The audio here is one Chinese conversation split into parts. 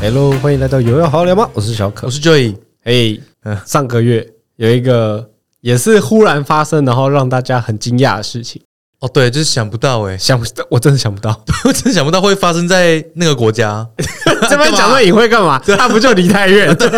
Hello，欢迎来到有要好好聊吗？我是小可嗯我。是 Joy，嘿，上个月有一个也是忽然发生，然后让大家很惊讶的事情，哦，对，就是想不到哎、想不到，我真的想不到。 我真想不到会发生在那个国 家， 这边讲那隐晦干 嘛？他不就离太远？ 对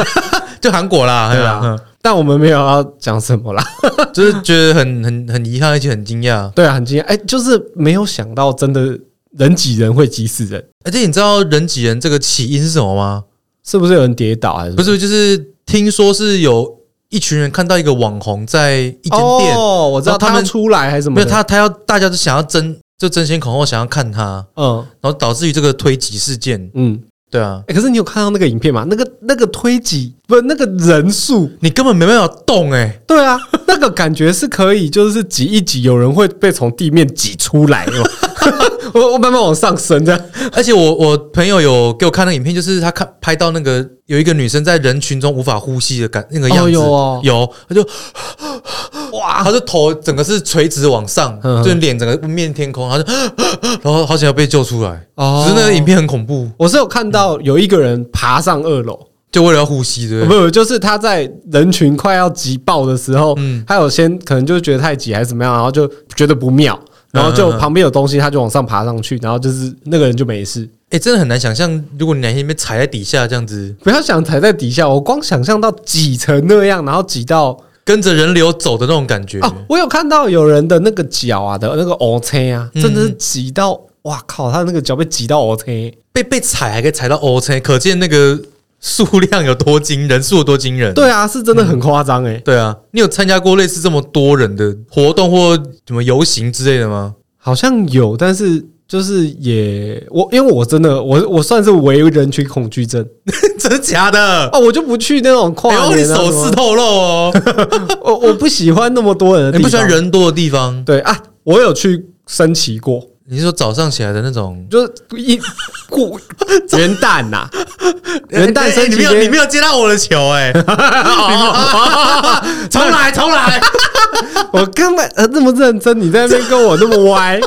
就韩国啦，对啊啊，，但我们没有要讲什么啦。嗯就是觉得很很很遗憾，而且很惊讶。对啊，很惊讶，哎，就是没有想到，真的人挤人会挤死人，而且你知道人挤人这个起因是什么吗？是不是有人跌倒还是不？是，就是听说是有一群人看到一个网红在一间店，哦，我知道然后他他要们出来还是什么没的？有他，他要大家都想要争，就争先恐后想要看他，嗯然后导致于这个推挤事件。嗯。对啊，哎，可是你有看到那个影片吗？那个那个推挤不是那个人数你根本没办法动哎、对啊， 那个感觉是可以，就是挤一挤，有人会被从地面挤出来哦。 我我慢慢往上升，这样而且我我朋友有给我看那个影片，就是他看拍到那个有一个女生在人群中无法呼吸的感那个样子，哦有哦有，他就哇，他就头整个是垂直往上，嗯就脸整个面天空，他就 然后好想要被救出来，哦只是那个影片很恐怖，我是有看到有一个人爬上二楼，就为了要呼吸，对不不对？是，就是他在人群快要挤爆的时候，嗯他有先可能就觉得太挤还是怎么样，然后就觉得不妙，然后就嗯嗯嗯旁边有东西，他就往上爬上去，然后就是那个人就没事。哎、真的很难想象，如果你哪天被踩在底下这样子，不要想踩在底下，我光想象到挤成那样，然后挤到跟着人流走的那种感觉，哦，我有看到有人的那个脚啊的那个 O C 啊，嗯真的是挤到，哇靠！他那个脚被挤到 O C，被被踩还可以踩到 O 车，可见那个数量有多惊人，数有多惊人。对啊，是真的很夸张哎，对啊，你有参加过类似这么多人的活动或什么游行之类的吗？ 好像有，但是就是也我因为我真的我我算是为人群恐惧症真的假的？哦，我就不去那种跨哎呦，你年啊手什撕么，啊透露 哦！我我不喜欢那么多人的地你方，不喜欢人多的地方？对啊，我有去升旗过，你是说早上起来的那种？就是一 过元旦呐、元旦啊哎哎升你旗没有，那你没有接到我的球 哎！哦重来，重来！我根本呃那么认真，你在那边跟我那么 歪，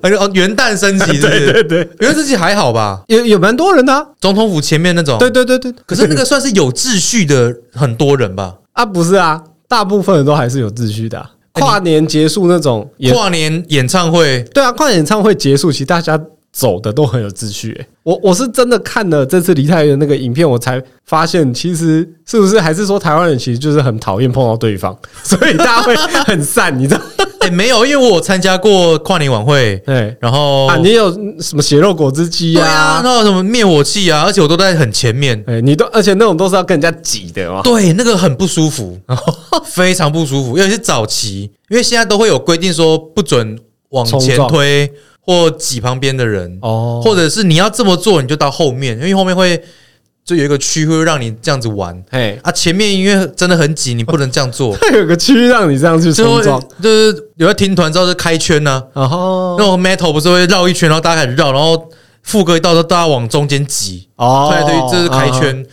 哎呦哦，元旦升旗是不是？对对，元旦升旗还好吧？有有蛮多人的、啊，总统府前面那种。对。对对对，可是那个算是有秩序的很多人吧？啊不是啊，大部分人都还是有秩序的啊、哎你跨年结束那种也跨年演唱会对啊，跨年演唱会结束，其实大家走的都很有秩序、欸。我我是真的看了这次梨泰院的那个影片，我才发现其实是不是还是说台湾人其实就是很讨厌碰到对方， 所以大家会很散，你知道？哎，没有，因为我有参加过跨年晚会，对然后啊，你有嗯什么血肉果汁机哦对啊，啊？那有什么灭火器啊，而且我都在很前面。哎，你都而且那种都是要跟人家挤的嘛。对，那个很不 舒服，非常不舒服，尤其是早期，因为现在都会有规定说不准往前冲推或挤旁边的人，哦或者是你要这么做你就到后面，因为后面会就有一个区会让你这样子玩哎，，啊，前面因为真的很挤，你不能这样做它有个区让你这样去最后 冲撞，哦就是有要听团之后就开圈呢、然后那种 metal 不是会绕一圈，然后大家开始绕，然后副歌一到，大家往中间挤。哦对对，这是开圈，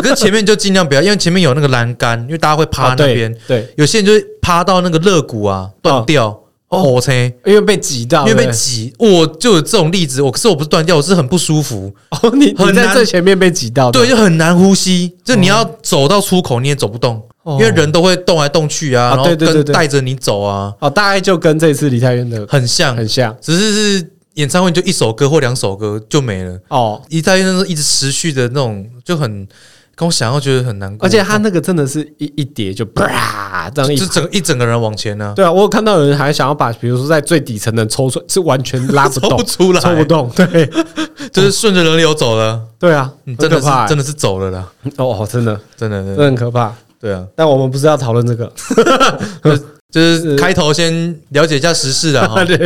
可是前面就尽量不要，因为前面有那个栏杆，因为大家会趴啊那边，对，有些人就是趴到那个肋骨啊断掉，哦火车，对因为被挤到，因为被 对挤，我就有这种例子，我可是我不是断掉，我是很不舒服，哦，你你很在难最前面被挤到，对，，就很难呼吸，就你要走到出口你也走不动，哦因为人都会动来动去啊啊，然后对对对跟对带着你走啊，哦，大概就跟这次梨泰院的很像，很像只是是演唱会就一首歌或两首歌就没了，哦，一在那种一直持续的那种就很跟我想要觉得很难过，而且他那个真的是一一叠就啪这样就一。整一整个人往前呢、对啊，我有看到有人还想要把，比如说在最底层的抽出来，是完全拉不 抽不动，出来，抽不动。对就是顺着人流走了。对啊你，嗯真很的可是怕欸，真的是走了啦，的哦，真的真的真真的的很可怕。对啊，但我们不是要讨论这 个，就是开头先了解一下时事 啦。哈对。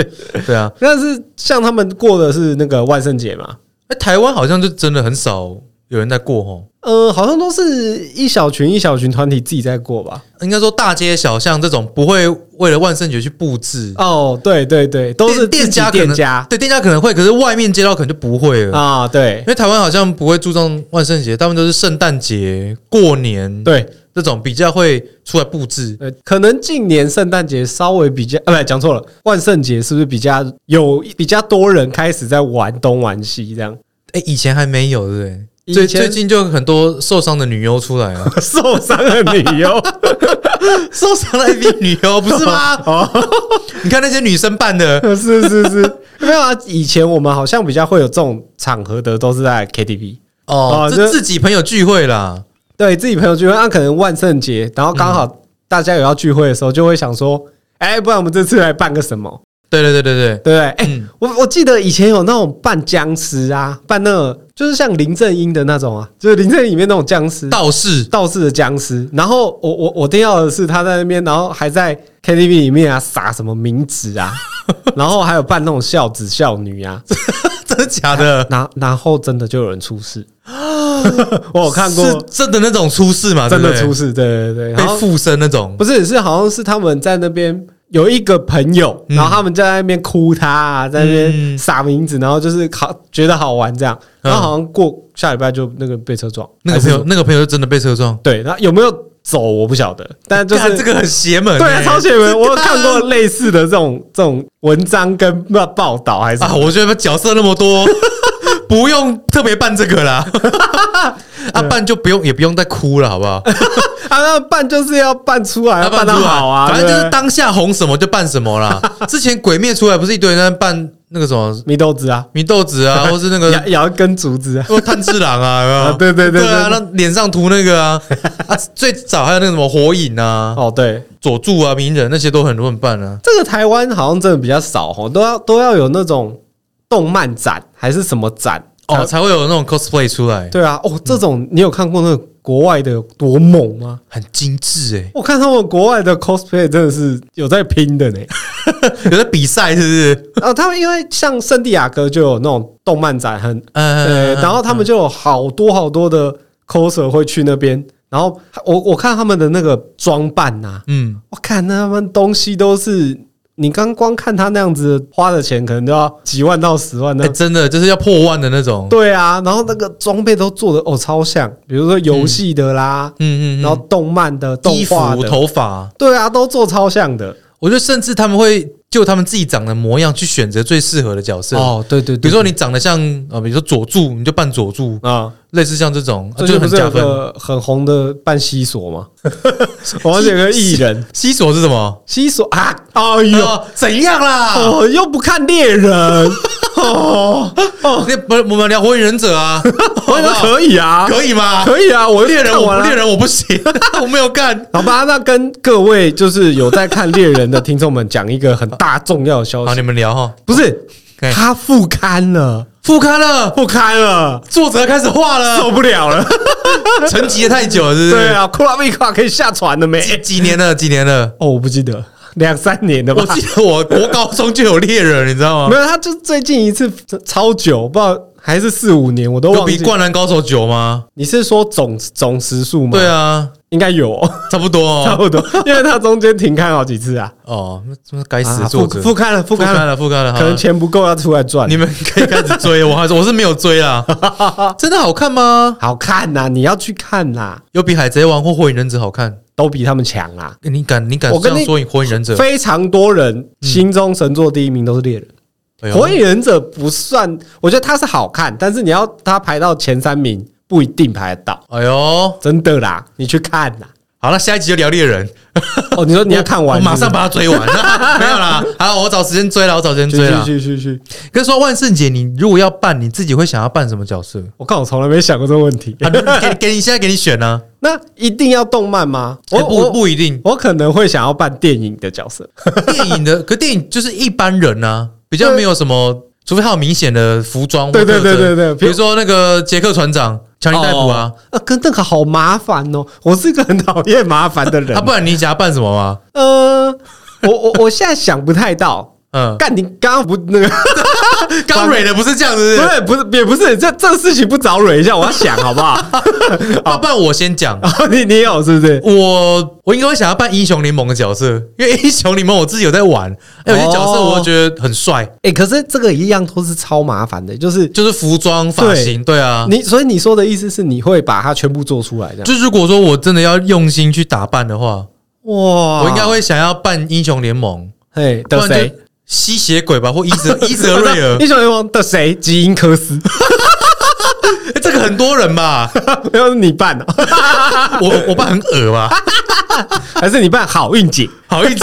对啊，但是像他们过的是那个万圣节嘛，哎，台湾好像就真的很少有人在过吼，呃，好像都是一小群一小群团体自己在过吧。应该说大街小巷这种不会为了万圣节去布置，哦，对对对，都是店自己家可能店家对店家可能会，可是外面街道可能就不会了，啊，对因为台湾好像不会注重万圣节，他们都是圣诞节、过年对，这种比较会出来布置。呃，可能近年圣诞节稍微比较，呃，不，讲错了，万圣节是不是比较有比较多人开始在玩东玩西这样？ 哎、以前还没有，对不对？以最前最近就很多受伤的女优出来 了，受伤的理由受伤的 AV 女 优不 是吗？哦，你看那些女生扮的，是是是，没有啊。以前我们好像比较会有这种场合的，都是在 KTV，哦哦，这这自己朋友聚会啦，对自己朋友聚会，那可能万圣节，然后刚嗯好大家有要聚会的时候，就会想说，哎，不然我们这次来办个什么，对对对对对对，不对？哎，嗯，我我记得以前有那种扮僵尸啊，扮那种就是像林正英的那种啊，就是林正英里面那种僵尸。道 士道士的僵尸，然后我我我听到的是他在那边，然后还在 KTV 里面啊撒什么冥纸啊，然后还有扮那种孝子孝女啊，真的假的？然 然后真的就有人出事， 我有看过，是真的那种出事嘛？真对的不对出事，对对对，然被后附身那种不是是好像是他们在那边有一个朋友，嗯然后他们在那边哭他、啊，在那嗯边撒名字，然后就是好觉得好玩这样，然后好像过下礼拜就那个被车撞，那还个是朋什友么，那个朋友就真的被车撞，对，然后有没有走我不晓得，但就是干这个很邪门欸，对啊，超邪门！我有看过类似的这种这种文章跟报报道，还是、欸啊！我觉得角色那 么多，不用特别扮这个啦，啊，扮就不用也不用再哭了，好不好？啊，那办就是要办出来，要办到出来好啊，反正就是对不对当下红什么就扮什 么啦。之前鬼灭出来不是一堆人在扮那个什么米豆子啊，祢豆 子啊，或是那个咬咬一根竹子啊，或炭治郎啊，有没有 啊对对对对啊，对那脸上涂那个啊啊，最早还有那个什么火影啊、哦，对，佐助啊、鸣人那些都很多人扮啊。这个台湾好像真的比较少哦，都要都要有那种动漫展还是什么展哦，哦，才会有那种 cosplay 出来，对啊，哦，这种你有看过那个国外的有多猛吗？很精致哎、我看他们国外的 cosplay 真的是有在拼的呢。有在比赛是不 是？然后他们因为像圣地亚哥就有那种动漫展很呃对，然后他们就有好多好多的 coser 会去那边，然后我我看他们的那个装扮呐、嗯，我看他们东西都是你刚光看他那样子花的钱，可能都要几万到十万哎、的。真的就是要破万的那种，对啊，然后那个装备都做的哦超像，比如说游戏的啦，嗯嗯，嗯然后动漫的、动衣画服、的，头发，对啊，都做超像的。我觉得甚至他们会就他们自己长的模样去选择最适合的角色。哦，，对对比如说你长得像呃，比如说佐助，你就扮佐助，啊，类似像这种，啊这就就很不是加有分。个很红的扮西索 吗？我有个艺人西索是什么？西索啊，哎呦，哦，怎样啦？哦，又不看猎 人，哦，那不是我们聊火影忍者 啊？我觉得可以啊，可以吗？可以啊，我猎人看完我了猎。人我不行， 我没有干。好吧，那跟各位就是有在看猎人的听众们讲一个很大重要的消好，息你，们聊哈。不是可以他复刊了，复刊了，复刊了，作者开始画 了，受不了 了。沉寂得太久了，是不是？对啊，库拉米卡可以下船了没？几几年了？几年 了？哦，我不记得两三年了吧我？记得我国高中就有猎人，你知道没吗？有，他就最近一次超久，不知道还是四五 年，我都有忘比《记。灌篮高手》久吗？你是说总总时数吗？对，啊，应该有哦，差不多差哦。不 多，因为他中间停刊好几次啊。哦，那真的该死啊的作者复复刊了，复复刊刊了，了，复刊了，可能好了钱不够要出来赚啊你。们可以开 始追我，还是我是没有追啦。真的好看吗？好看呐、你要去看呐、有比《海贼王》或《火影忍者》好看？都比他们强啊！欸你敢你敢我这跟样你说《火影忍者》非常多人嗯心中神作第一名都是猎人，哎呦？火影忍者》不算，我觉得它是好看，但是你要它排到前三名不一定排得到，哎呦，真的啦！你去看呐。好了，下一集就聊猎人。哦，你说你要看完我是不是，马上把它追完。 没有啦，好，我找时间追了，我找时间去追了。去去去去！跟说万圣节，你如果要扮，你自己会想要扮什么角色？我看我从来没想过这个问题。啊，你给给你现在给你选呢、那一定要动漫吗？啊？我欸不我不一定，我可能会想要扮电影的角色，电影 的可电影就是一般人啊，比较没有什么，除非他有明显的服装或对对特征对对对比如说那个杰克船长、强尼戴普啊，啊，跟那个好麻烦哦。我是一个很讨厌麻烦的人啊，，不然你想要扮什么吗？呃，我我我现在想不太到。嗯，干，你刚刚不那 个，刚蕊的不是这样不子，是不是也不是，这这事情不找蕊一下，我要想好不好？ 啊，不然我先讲。然后你你有是不是？我我应该会想要扮英雄联盟的角色，因为英雄联盟我自己有在玩，哎有些角色哦我会觉得很帅，哎、可是这个一样都是超麻烦的，就是就是服装、发型，对啊。你，所以你说的意思是你会把它全部做出来这样？就如果说我真的要用心去打扮的话，哇我应该，会想要扮英雄联盟，哎，不的然啊谁就？ 呃吸血鬼吧，或伊泽伊泽瑞尔英雄联盟的谁？吉因科斯， 欸这个很多人吧？要是你办、哦， 我我爸很恶吧？还是你办好运姐 好一直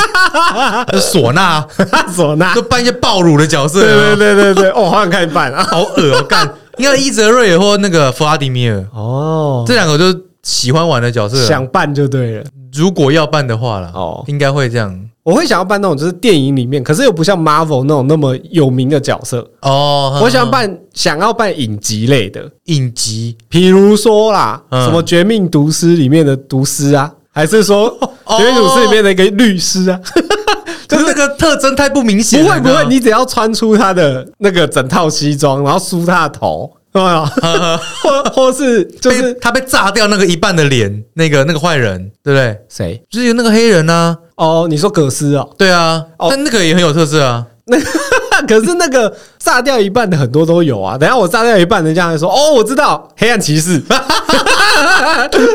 唢呐唢呐都？扮一些暴乳的角色，对对对对对，哦，好想看你办 啊！好恶哦！干，因为伊泽瑞尔或那个弗拉迪米尔哦，这两个就是喜欢玩的角色啊。想办就对了。如果要办的话啦，哦哦，应该会这样我会想要办那种就是电影里面，可是又不像 Marvel 那种那么有名的角色。哦。我想办想要办影集类的，影集比如说啦，嗯什么《绝命毒师》里面的毒师啊，还是说哦《绝命毒师》里面的一个律师啊？就是那个特征太不明显不了会呢。不会，你只要穿出他的那个整套西装，然后梳他的头，对 吧？或或是就被是他被炸掉那个一半的脸，那个那个坏人，对不对？谁？就是有那个黑人啊，哦，你说葛斯 哦，对啊，哦但那个也很有特色啊。可是那个炸掉一半的很多都有啊。等一下我炸掉一半，人家还说哦，我知道黑暗骑 士，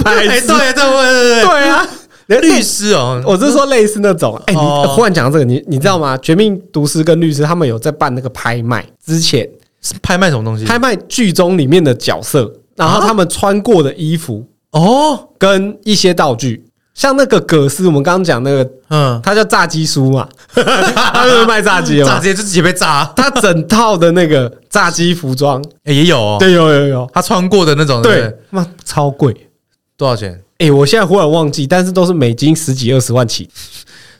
白哎，痴，对对对对对 啊，对，律师。师哦，我是说类似那种，哎、哦你忽然讲到这个，你你知道吗？绝命毒师跟律师他们有在办那个拍卖，之前是拍卖什么东西？拍卖剧中里面的角色，然后他们穿过的衣服哦，跟一些道具，像那个葛斯，我们刚刚讲那个，嗯，他叫炸鸡叔嘛， 他就是卖炸鸡的炸嘛直，接就直接被炸，他整套的那个炸鸡服装，哎也有哦，对，有有有，他穿过的那种，对不对对，，妈超贵。多少钱？哎、我现在忽然忘记，但是都是美金十几二十万起，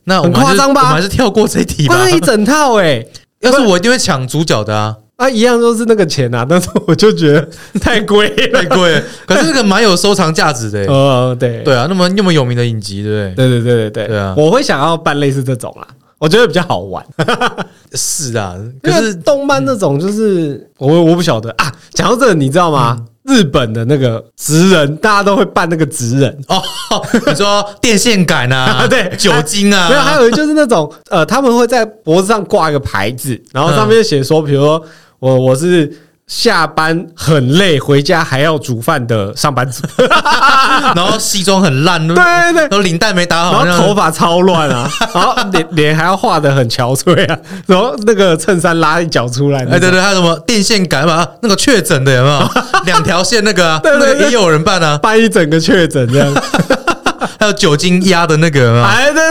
那我们很夸还是张吧我们还是跳过这一题吧。关键一整套哎、 要是我一定会抢主角的 啊，啊，一样都是那个钱啊， 但是我就觉得太贵太了。贵了。可是那个蛮有收藏价值的欸，呃，对，对啊，那么那么有名的影集，对不对对？对对对对，对啊我会想要办类似这种啦，我觉得比较好玩。是啊，可可是是动漫那种就是嗯我我不晓得啊。讲到这个，你知道吗？日本的那个职人，大家都会办那个职人。哦， 你说电线杆 啊，对酒精 啊，没有，还有就是那种呃，他们会在脖子上挂一个牌子，然后上面写说，比如说我我是下班很累，回家还要煮饭的上班族， 然后西装很烂，对对对然后领带没打好，然后头发超乱 啊，然后脸脸还要画的很憔悴啊，然后那个衬衫拉一角出来那种，哎，对对，还有什么电线杆嘛，啊那个确诊的有 没有？两条线那个啊，对那对对个也有人办啊，办一整个确诊 这样，还有酒精压的那个有没有，哎对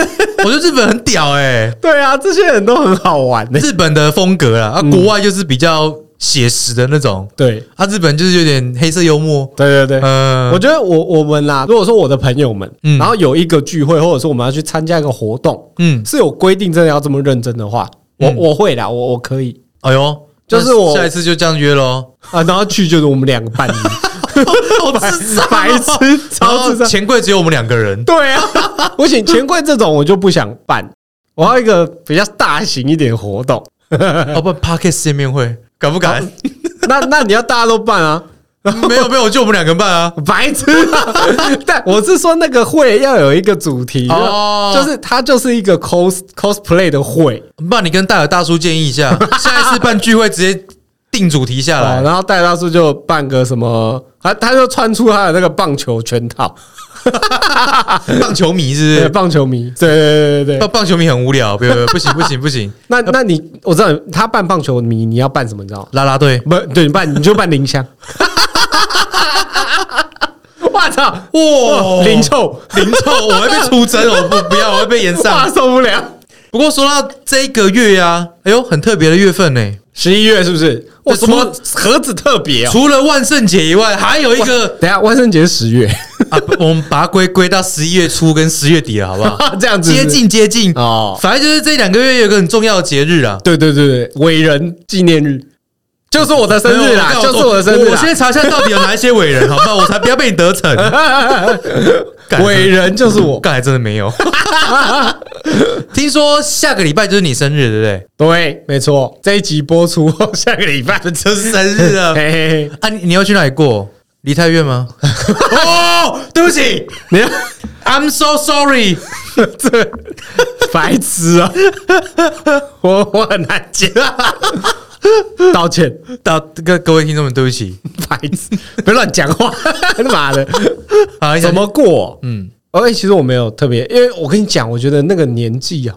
我觉得日本很屌哎，对啊，这些人都很好玩欸的、日本的风格啦，啊，国外就是比较写实的那种，对啊，日本就是有点黑色幽默，对对对。嗯我，觉得我我们啦，如果说我的朋友们，嗯然后有一个聚会，或者说我们要去参加一个活动，嗯，是有规定真的要这么认真的话，我嗯我会啦，我我可以哎呦，就是我那下一次就这样约 喽，啊，然后去就是我们两个伴 侣，好智障哦，白痴超智然后障，钱柜只有我们两个人，对 啊，我请钱柜这种我就不想办，我要一个比较大型一点的活动。要哦不然 Parkes 见面会，敢不敢？那那你要大家都办啊， 没有没有，就我们两个人办啊，白痴、啊！ 但我是说那个会要有一个主题，哦就是它就是一个 cos cosplay 的会，不然你跟戴尔大叔建议一 下，下一次办聚会直接定主题下哦来。然后戴大叔就办个什么，他他就穿出他的那个棒球圈套，棒球迷对，是棒球迷，对对对对不是？对。棒棒球迷很无聊，不不不行不行不行，那那你我知道他办棒球迷，你要办什么？你知道吗？啦啦队，不，对，你办你就办林 香。我操！哇零 臭，零臭，我会被出征，我不不要，我会被延哇 上。受不了。不过说到这个月呀、啊，哎呦，很特别的月份呢、十一月是不是？哇，这什出么何止特别哦？除了万圣节以外，还有一个等一下万圣节是十 月，啊，不我们把它归归到十一月初跟十月底了，好不好？啊这样 子是接近接近，哦。反正就是这两个月有一个很重要的节日啊，对对对对，伟人纪念日就是我的生日啦，没有就告是我的生日我先啦。查一下到底有哪一些伟人，好不好？我才不要被你 得逞。干伟人就是我，刚才真的没 有。听说下个礼拜就是你生日，对不对？对，没错。这一集播出后，下个礼 拜就就是生日 啊！嘿嘿嘿，啊，你你要去哪里过？梨泰院吗？ 哦，对不起你要啊，I'm so sorry。这白痴啊！ 我我很难接，道歉，到各各位听众们，对不起。白痴，别乱讲话，他 妈的，好，怎么过？嗯，哎、其实我没有特别，因为我跟你讲，我觉得那个年纪啊，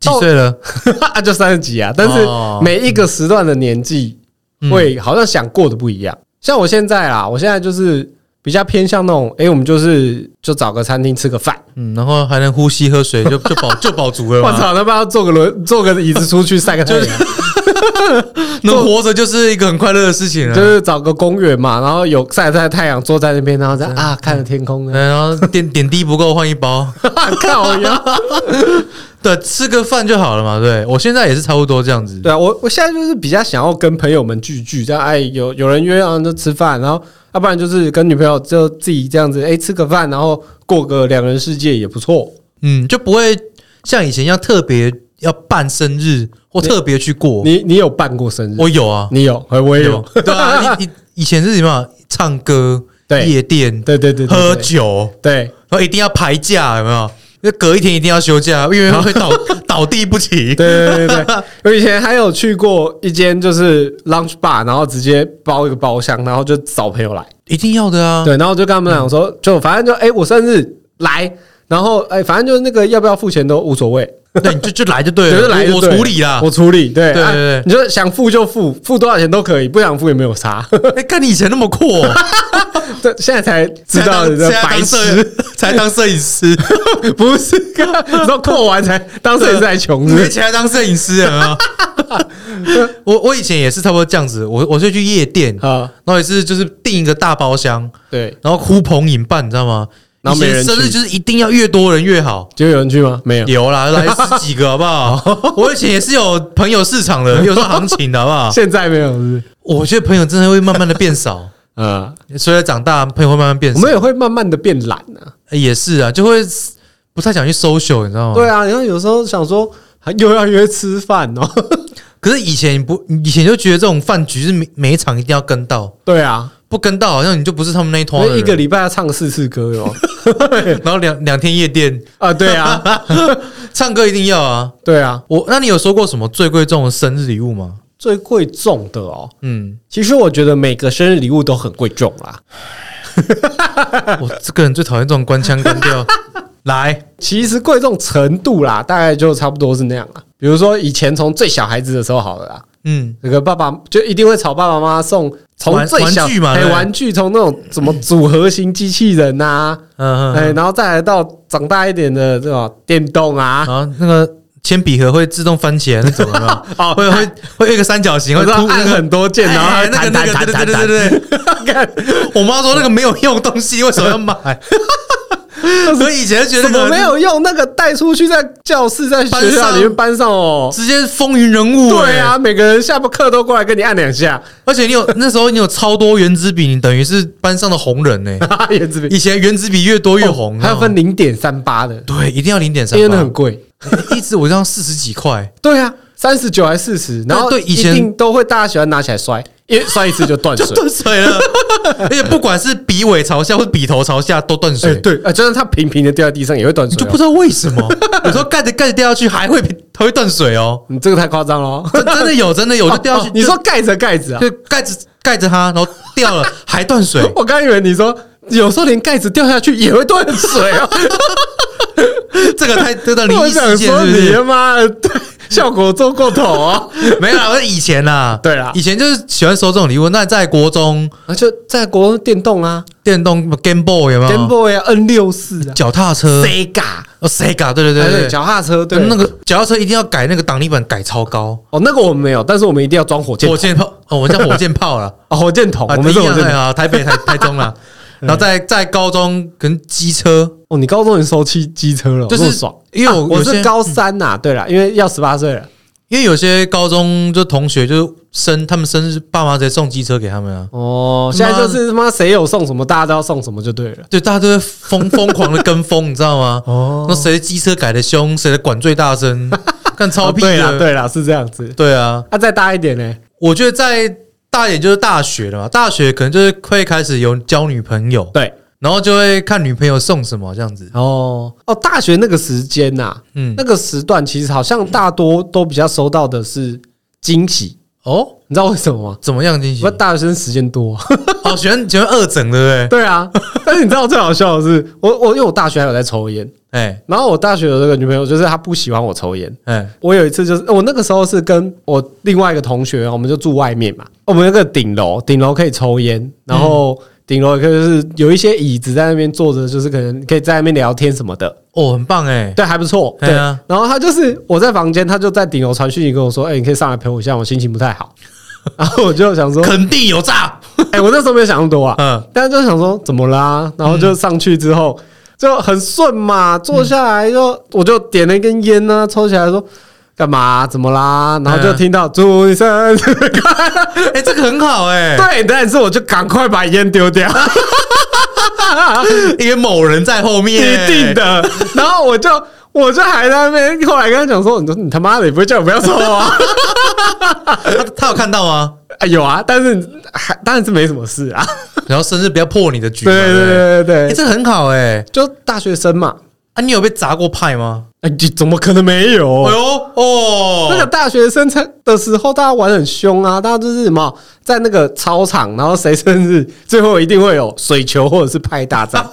几岁了？ 啊，就三十几啊，但是哦嗯每一个时段的年纪会好像想过的不一样。像我现在啊啦，我现在就是比较偏向那种，哎、我们就是就找个餐厅吃个饭，嗯，然后还能呼吸喝水，就就 饱就饱足了我嘛。操，他妈坐个轮坐个椅子出去晒个太阳，能活着就是一个很快乐的事情了。 啊就是找个公园嘛，然后有晒晒太阳，坐在那边，然后在啊看着天空嗯呢，然后点点滴不够换一包， 靠呀！对，吃个饭就好了嘛。对我现在也是差不多这样子。对啊，我我现在就是比较想要跟朋友们聚聚，这样哎，有有人约啊就吃饭，然后要不然就是跟女朋友就自己这样子哎吃个饭，然后过个两人世界也不错。嗯，就不会像以前一样特别要办生日或特别去过。你你有办过生日？我有啊，你有，哎我也有。对啊，你你以前是什么？唱歌、对夜店、 对对对对，喝对酒，对然后一定要排假，有没有？那隔一天一定要休假，因为会 倒倒地不起。啊对对对对。我以前还有去过一间就是 lunch bar，然后直接包一个包厢，然后就找朋友来。一定要的啊。对，然后就跟他们讲说，就反正就哎、我生日来，然后哎、反正就是那个要不要付钱都无所谓。对，你就就来就对对，了，就来我就我对处理啦。我处理，对对啊对对你就想付就付，付多少钱都可以，不想付也没有差。 哎，看你以前那么阔，对，现在才 知道你的才当白痴，，才当摄才当摄 影师，不是 个，你说扣完才当时也是才穷你以日，前还当摄影师啊？ 我我以前也是差不多这样子，我我就去夜店，啊，然后也是就是订一个大包厢，对，然后呼朋引伴，你知道吗？然后没以前人生日去就是一定要越多人越好。就有人去吗？ 没有，有啦，来十几个好不 好？我以前也是有朋友市场的，有时候行情的好不好？现在没有，是不是我觉得朋友真的会慢慢的变少， 啊，随着长大，朋友会慢慢变我少。们也会慢慢的变懒啊。欸也是啊，就会不太想去 social，你知道吗？对。啊，然后有时候想说还又要约吃饭哦，可是以前不，以前就觉得这种饭局是每每一场一定要跟到， 对 啊，哦不跟到好像你就不是他们那一团所以 一个礼拜要唱四次歌哦哟。然后两两天夜店 啊，对啊，唱歌一定要啊。 对啊，我那你有收过什么最贵重的生日礼物吗？最贵重的哦。 嗯，其实我觉得每个生日礼物都很贵重啦，我这个人最讨厌这种官腔 干掉。来，其实贵重程度啦，大概就差不多是那样啦。比如说以前从最小孩子的时候好了啦，嗯，那个爸爸就一定会吵爸爸妈妈送从玩最小玩具嘛哎对不对玩具从那种什么组合型机器人呐、嗯、哎，嗯，然后再来到长大一点的这种电动啊 然，后那个铅笔盒会自动翻起来那种有没有， 哦嗯会会会有一个三角形，我会知道凸按很多键，然后哎它哎那个弹那个，弹对弹对对弹对对弹，对。 看我妈说那个没有用的东西，为什么要 买？所以以前就觉得怎那 么个没有用？那个带出去在教室、在学班校上里面班上哦。直接风云人物、欸对啊，，每个人下课都过来跟你按两下， 而且你有那时候你有超多原子笔，你等于是班上的红人 呢、哈哈原子笔以前原子笔越多越红，哦还有分你零点三八的，知道吗对，一定要零点哦三因为那八很，贵。 一支我这样四十几块，对啊，三十九还四十，然后对对以一前定都会大家喜欢拿起来摔，因为 摔一次就断水。 断水了。啊而且不管是笔尾朝下或笔头朝下都断水，哎，对，啊，就算它平平的掉在地上也会断你水就哦、不知道为什 么，有时候盖着盖着掉下去还会还会断水哦，你这个太夸张了哦。真真的有真的有就掉下哦去， 你说盖着盖子啊？就盖着盖着它，然后掉了还断水， 我刚以为你说有时候连盖子掉下去也会断水 啊！这个太这个灵我异事想件说是不你他是？妈的对效果做过头啊！没有啦，我以前啦，对啦以前就是喜欢收这种礼物。那在国中， 啊，就在国中电动啊电动 Game Boy 有没有，Game Boy 啊，N 六四啊脚踏车，Sega，哦，Sega，对对还对有对脚踏哎车，对对，那个脚踏车一定要改那个挡泥板，改超高，哦，那个我们没有，但是我们一定要装火箭火箭炮，哦，我们叫火箭炮啦，啊，火箭筒，啊我们是一火样箭哎筒。啊，台北台台 中啦。然后在在高中跟机车，哦，你高中你收汽机车了，就这么是爽。因为啊我我有是些，嗯高三呐、对了，因为要十八岁了。因为有些高中就同学就生他们生日，爸妈直接送机车给他们啊，哦，现现在在就就是是他妈谁有送什么，大家都要送什么就对了。对，大家都会疯疯狂的跟风，你知道吗？哦，那谁的机车改的凶，谁的管最 大声，看超屁哦对啦的，对啊啦，是这样子。对啊，啊，再大一点呢？我觉得在大一点就是大学了嘛，大学可能就是会开始有交女朋友，对，然后就会看女朋友送什么这样子。哦哦，大学那个时间呐、嗯，那个时段其实好像大多都比较收到的是惊喜，哦，你知道为什么吗？怎么样惊喜哦不，？大学生时间多。啊 好喜欢喜欢二整，对不对？对啊，但是你知道最好笑的是，我我因为我大学还有在抽烟，哎然后我大学的那个女朋友就是她不喜欢我抽烟。哎我有一次就是哦我那个时候是跟我另外一个同学，我们就住外面嘛，我们那个顶楼，顶楼可以抽烟，然后顶楼也可以就是有一些椅子在那边坐着，就是可能可以在那边聊天什么的，哦，很棒哎，对，还不错。对对啊，然后他就是我在房间，他就在顶楼传讯息跟我说：“哎，你可以上来陪我一下，我心情不太好。”然后我就 想说肯定有诈。：“哎，我那时候没有想那么多啊，嗯，但是就想说怎么啦？然后就上去之后就很顺嘛，坐下来就我就点了一根烟呢、抽起来说干嘛？怎么啦？然后就嗯听到祝你生日快乐，哎，这个很好哎，对，但是我就赶快把烟丢掉， 因为某人在后面，一定。的。然后我就我就还在那边，后来跟他讲说，你说你他妈的，你不会叫我不要抽啊？他他有看到吗？ 啊有啊，但是还当然是没什么事啊。然后生日不要破你的局嘛，对对不对对对对哎，对，这个很好哎。就大学生嘛，啊，你有被砸过派吗？哎，你怎么可能没有？哎呦哦，那个大学生才的时候，大家玩很凶啊，大家就是什么在那个操场，然后谁生日，最后一定会有水球或者是拍大 战。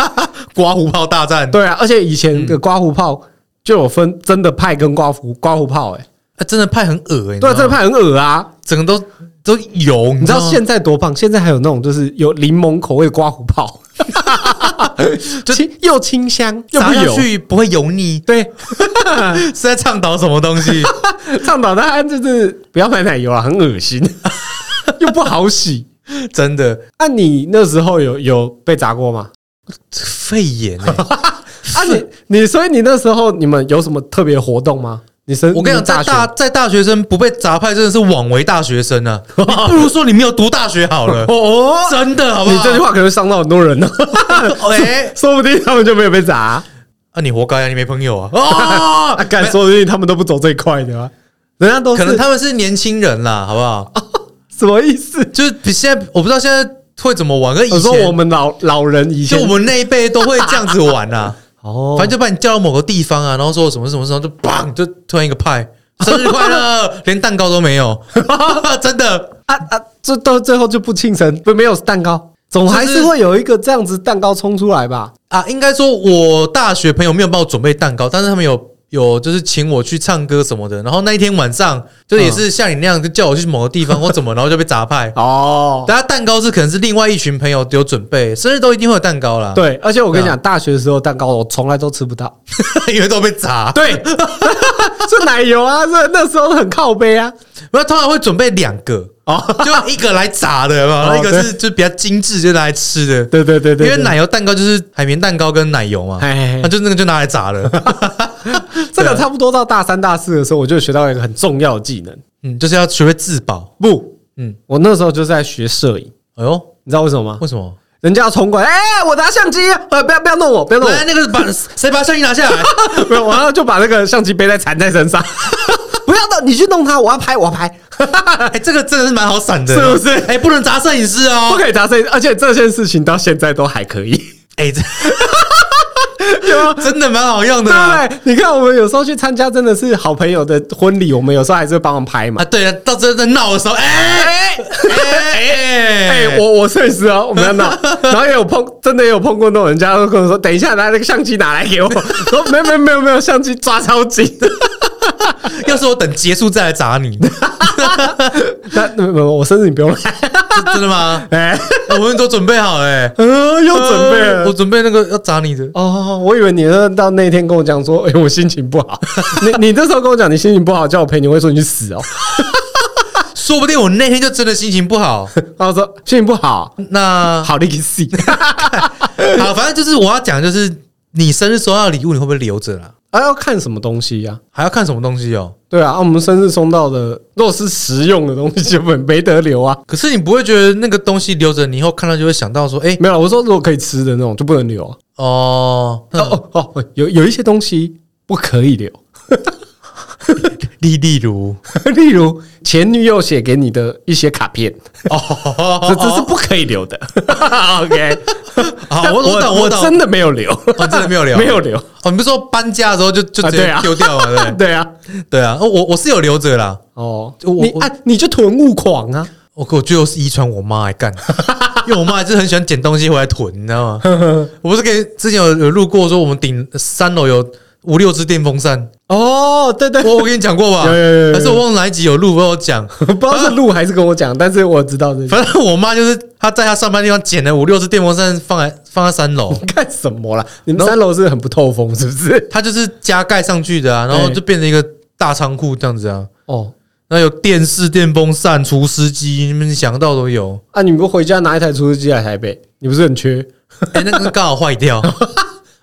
刮胡泡大战，对啊，而且以前的刮胡泡就有分真的派跟刮胡刮胡泡、欸，哎，啊，真的派很恶哎、对你知道啊，吗这个派很恶啊。整个都都油，你你知知道道现现在多棒？现在还有那种就是有柠檬口味的刮胡泡， 就清又清香又不砸下油，去不会油 腻， 对，是在倡导什么东 西？倡导大家就是不要买奶油啊，很恶心， 又不好洗。真的那、啊你那时候有有被砸过吗？肺 炎、欸，啊你，你所以你那时候你们有什么特别活动吗？你生我跟你讲，在们大大，在大学生不被砸派真的是枉为大学生啊！你不如说你没有读大学好 了哦，真的好不好？你这句话可能会伤到很多人呢， 话， 哎、说不定他们就没有被砸啊，啊，你活该啊，你没朋友啊！ 哦，啊敢说不定他们都不走这一块的啊，人家都可能是他们是年轻人啦，好不好？什么意思？就是比现在我不知道现在会怎么玩，跟以我前说我们老老人以前就我们那一辈都会这样子玩 啊。哦，反正就把你叫到某个地方啊，然后说什么什么什么，就砰，就突然一个派， 生日快乐，连蛋糕都没有， 真的。啊啊，这到最后就不庆生，不没有蛋糕，总还就是是会有一个这样子蛋糕冲出来吧？啊，应该说，我大学朋友没有帮我准备蛋糕，但是他们有有就是请我去唱歌什么的。然后那一天晚上，就也是像你那样，就叫我去某个地方或怎么，然后就被砸派。哦，大家蛋糕是可能是另外一群朋友有准备，生日都一定会有蛋糕啦。对，而且我跟你啊讲，大学的时候蛋糕我从来都吃不到，对， 因为都被砸。 对，是奶油啊，这那时候很靠背啊。然后通常会准备两个，哦， 就一个来砸的嘛，然后一个是就比较精致，就拿来吃的。对对对对，因为奶油蛋糕就是海绵蛋糕跟奶油嘛，哎那、，就那个就拿来炸了， 这个差不多到大三大四的时候，我就学到一个很重要的技能。嗯，就是要学会自保。不，嗯，我那时候就是在学摄影，哎呦，你知道为什么吗？为什么？人家要冲过来，哎，我拿相机，呃，不要不要弄我，不要弄来，那个把谁把相机拿 下来？我，没有，我然后就把那个相机背带缠在身 上，不要动，你去弄它，我要拍，我要拍， 哎、这个真的是蛮好闪的，是不是哎、不能砸摄影师不 哦。可以砸摄影，而且这件事情到现在都还可以。哎、这啊 真的蛮好用的 啊。对不对？你看，我们有时候去参加真的是好朋友的婚礼，我们有时候还是会帮忙拍嘛啊，。对了，到真的闹的时候，啊哎哎哎、哎哎，我我摄影啊，我们要闹， 然后也有碰，真的也有碰过那种人家会跟我说，等一下拿那个相机拿来给我，说没有没有没有没有，相机抓超紧。要是我等结束再来砸 你，那那没有我生日你不用来，真的吗？ 哎、我们都准备好了、哎呃，又准备了。我准备那个要砸你的。哦，我以为你是到那一天跟我讲说，哎、 我心情不好。你你那时候跟我讲你心情不好，叫我陪你，我会说你去死哦。说不定我那天就真的心情不好。然后说心情不好，那好你去死。 好，反正就是我要讲，就是你生日收到的礼物，你会不会留着啦？啊，要看什么东西呀、还要看什么东西哦？对啊，啊我们生日送到的，如果是实用的东西，就没没得留啊。可是你不会觉得那个东西留着，你以后看到就会想到说，哎、没有啦，我说如果可以吃的那种就不能留啊。哦，哦哦哦，有有一些东西不可以留， 例例如，例如前女友写给你的一些卡片，这哦， 这是不可以 留的。OK， 好，但我我懂，我懂，真的没有留，哦真的没有留，没有留。哦，你不是说搬家的时候就就啊直对接啊丢掉嘛？对 不对啊，对对啊，哦我我是有留着啦，哦，我你我啊，你就囤物狂啊， 我我觉得我是遗传我妈来干，因为我妈还是很喜欢捡东西回来囤，你知道吗？我不是给之前有有路过说我们顶三楼有五六只电风扇，哦，对对， 我我跟你讲过吧？有有有有有还是我忘了哪一集有录我有讲，不知道是录还是跟我讲，但是我知道这反正我妈就是她在她上班地方捡了五六只电风扇放在放在三楼，你干什么啦？你们三楼是很不透风，是不是？她就是加盖上去的啊，然后就变成一个大仓库这样子啊。哦，那有电视、电风扇、除湿机，你们想到 都有。啊，你不回家拿一台除湿机来台北，你不是很缺？哎、那个刚好坏掉，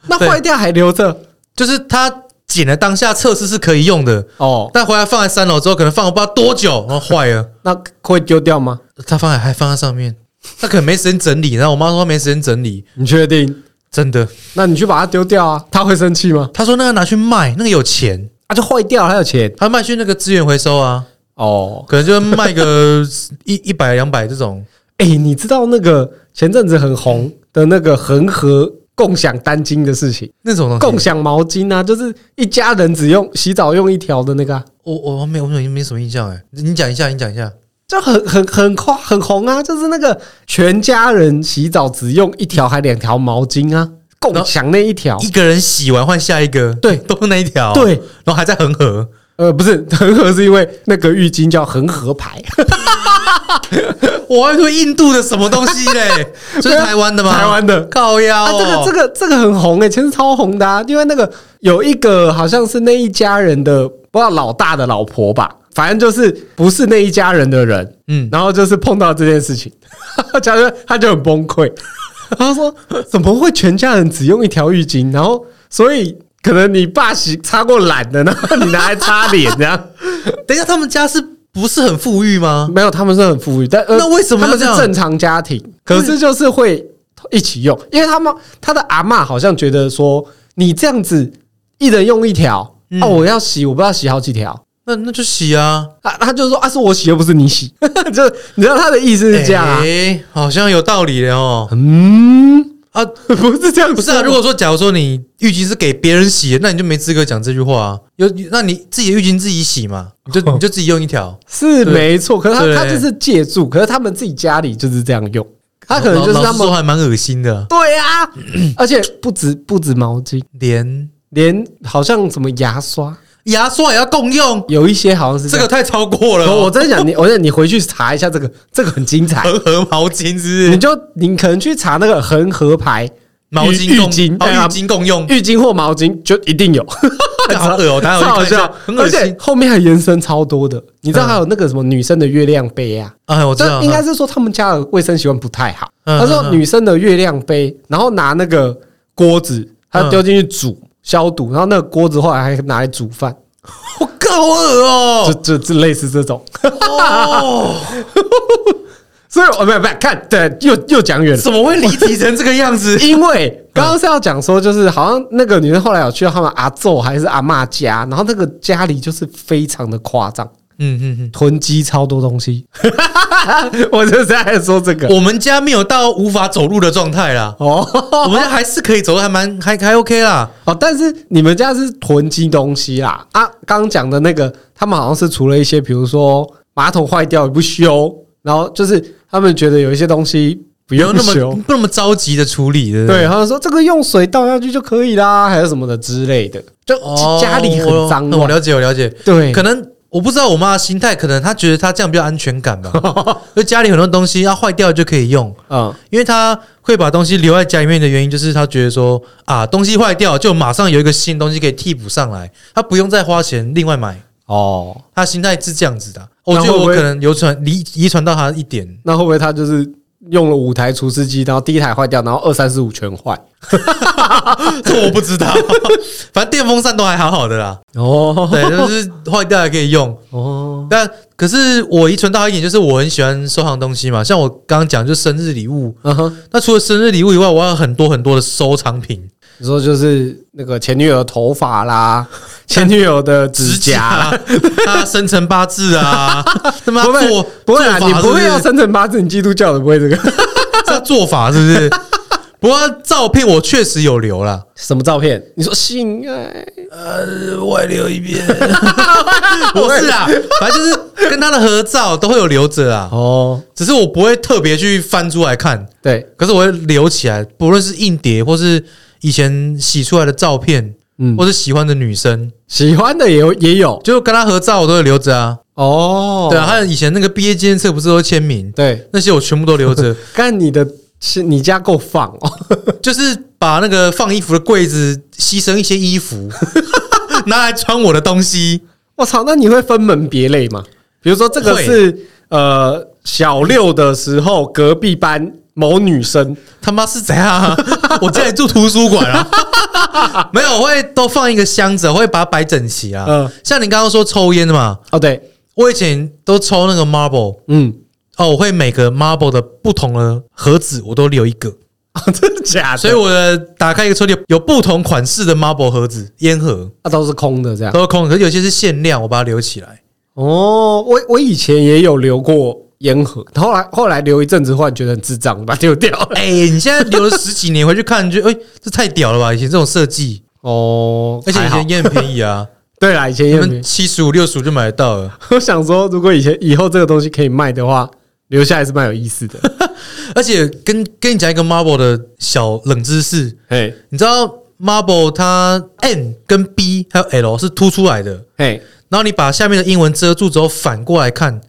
那对坏掉还留着就是她捡了当下测试是可以用的，哦，但回来放在三楼之后，可能放了不知道多久，然后坏了。那会丢掉吗？她放在还放在上面，她可能没时间整理。然后我妈说她没时间整理，你确定？真的。那你去把它丢掉啊，他会生气吗？她说那个拿去卖，那个有钱，啊，就坏掉了，还有钱她卖去那个资源回收啊，哦。可能就卖个 一一百两百这种。哎、你知道那个前阵子很红的那个恒河共享单巾的事情，那种东共西，享毛巾啊，就是一家人只用洗澡用一条的那个、啊，我我没有，我没有没什么印象哎、你讲一下，你讲一下。就很很很夸很红啊，就是那个全家人洗澡只用一条还两条毛巾啊，共享那一条。一个人洗完换下一个，对 都是那一条，，对，然后还在恒河，呃，不是恒河是因为那个浴巾叫恒河牌，我还说印度的什么东 西嘞？这是台湾的吗？啊台湾的靠腰、啊，哦这个这个这个很红诶、欸，其实超红的啊，因为那个有一个好像是那一家人的，不知道老大的老婆吧，反正就是不是那一家人的人，嗯，然后就是碰到这件事情， 假如他就很崩溃， 他说怎么会全家人只用一条浴巾，然后所以可能你爸洗擦过懒的，然后你拿来擦脸这样，等一下，他们家是不是很富裕吗？没有，他们是很富裕，但、呃、那为什么他要们是这样正常家庭？可是就是会一起用，因为他们他的阿嬷好像觉得说，你这样子一人用一条，嗯啊，我要洗，我不要洗好几条。那那就洗啊，啊，他就说啊，是我洗又不是你洗， 就你知道他的意思是这样啊？哎好像有道理的哦。嗯，啊，不是这样说，不是啊，如果说假如说你浴巾是给别人洗的，那你就没资格讲这句话啊。有，那你自己的浴巾自己洗嘛，你就你就自己用一条。是没错，可是对他他就是借助，可是他们自己家里就是这样用，他可能就是老老他实们说还蛮恶心的，对啊，而且不止不止毛巾，连连好像什么牙刷，牙刷也要 共用，有一些好像是这样个太超过了 哦。我 我真的想你，我想你回去查一下这个，这个很精彩。恒河毛巾是你 不是？就你可能去查那个恒河牌毛浴巾共巾哦对啊浴巾 共用，浴巾或毛巾，就一定有，好恶哦，大家超有好去看一笑下，很恶而且心。后面还延伸超多的。你知道嗯还有那个什么女生的月亮杯啊？哎，我知道，这应该是说他们家的卫生习惯不太好。嗯他说嗯女生的月亮杯，然后拿那个锅子，他嗯丢进去煮消毒，然后那个锅子后来还拿来煮饭，我够恶就哦就就类似这种。 哦，所以我没有没有看，对，又又讲远了。？怎么会离题成这个样子 因为刚刚是要讲说，就是好像那个女生后来有去到他们阿昼还是阿嬷家，然后那个家里就是非常的夸张，嗯嗯囤积超多东西。 我就是在说这 个嗯，我们家没有到无法走路的状态啦， 哦我们家还是可以走路，还蛮还还 OK 啦。哦，但是你们家是囤积东西啦啊！刚刚讲的那个，他们好像是除了一些，比如说马桶坏掉也不修，然后就是他们觉得有一些东西不不要用那修么，不那么着急的处理，对 不对，？啊他们说这个用水倒下去就可以啦，还有什么的之类的，就哦家里很脏我我乱。了解，我了解。对，可能我不知道我妈的心态，可能她觉得她这样比较安全 感吧，就家里很多东西要坏掉就可以用，嗯，因为她会把东西留在家里面的原因，就是她觉得说啊，东西坏掉就马上有一个新东西可以替补上来，她不用再花钱另外买，哦，她心态是这样子的。那我觉得会不我会可能流传遗遗传到她一点，那会不会他就是用了五台除湿机，然后第一台坏掉，然后二三四五全坏？ 这我不知道，反正电风扇都还好好的啦，哦，对，就是坏掉还可以用。哦，但可是我遗传到一点，就是我很喜欢收藏东西嘛，像我刚刚讲，就生日礼物，嗯哼，那除了生日礼物以外，我还有很多很多的收藏品，你说就是那个前女友的头发啦，前女友的指甲， 啊，生辰八 字啊，他妈不会做不会啊，做法你不会要是生辰八字，你基督教的不会这个， 不是他做法是不是？不过照片我确实有留啦，什么照片？你说性爱？呃，外留一 遍，不是 啦，反正就是跟他的合照都会有留着啊，哦，只是我不会特别去翻出来看，对，可是我会留起来，不论是硬碟或是以前洗出来的照片，嗯或，是喜欢的女生，喜欢的也有也有就跟他合照我都会留着啊。哦，对啊，还有以前那个毕业纪念册不是都签名，对，那些我全部都留着， 看你的是你家够放哦，就是把那个放衣服的柜子牺牲一些衣服， 拿来穿我的东西。我操，那你会分门别类吗？比如说这个会是呃小六的时候隔壁班某女生，他妈是怎 样啊？我家里住图书馆啊，没有，我会都放一个箱子，我会把它摆整齐啊。嗯像你刚刚说抽烟的嘛，哦对，我以前都抽那个 marble 嗯， 哦，我会每个 marble 的不同的盒子我都留一个，啊真的假的？所以我的打开一个抽屉有不同款式的 marble 盒子烟盒啊都是空的这样。都是空的，可是有些是限量，我把它留起来。哦，我我以前也有留过烟盒，后来后来留一阵子，忽然觉得很智障，把它丢掉了。 哎、你现在留了十几年回去看，你觉得哎、这太屌了吧？以前这种设计，哦，而且以还好前也很便宜啊，对啦，以前你 也没 们。七十五、六十五就买得到了。我想说，如果以前以后这个东西可以卖的话，留下来是蛮有意思 的。而且跟跟你讲一个 Marble 的小冷知识，嘿，你知道 Marble 它 N 跟 B 还有 L 是凸出来的，嘿，然后你把下面的英文遮住之后，反过来看，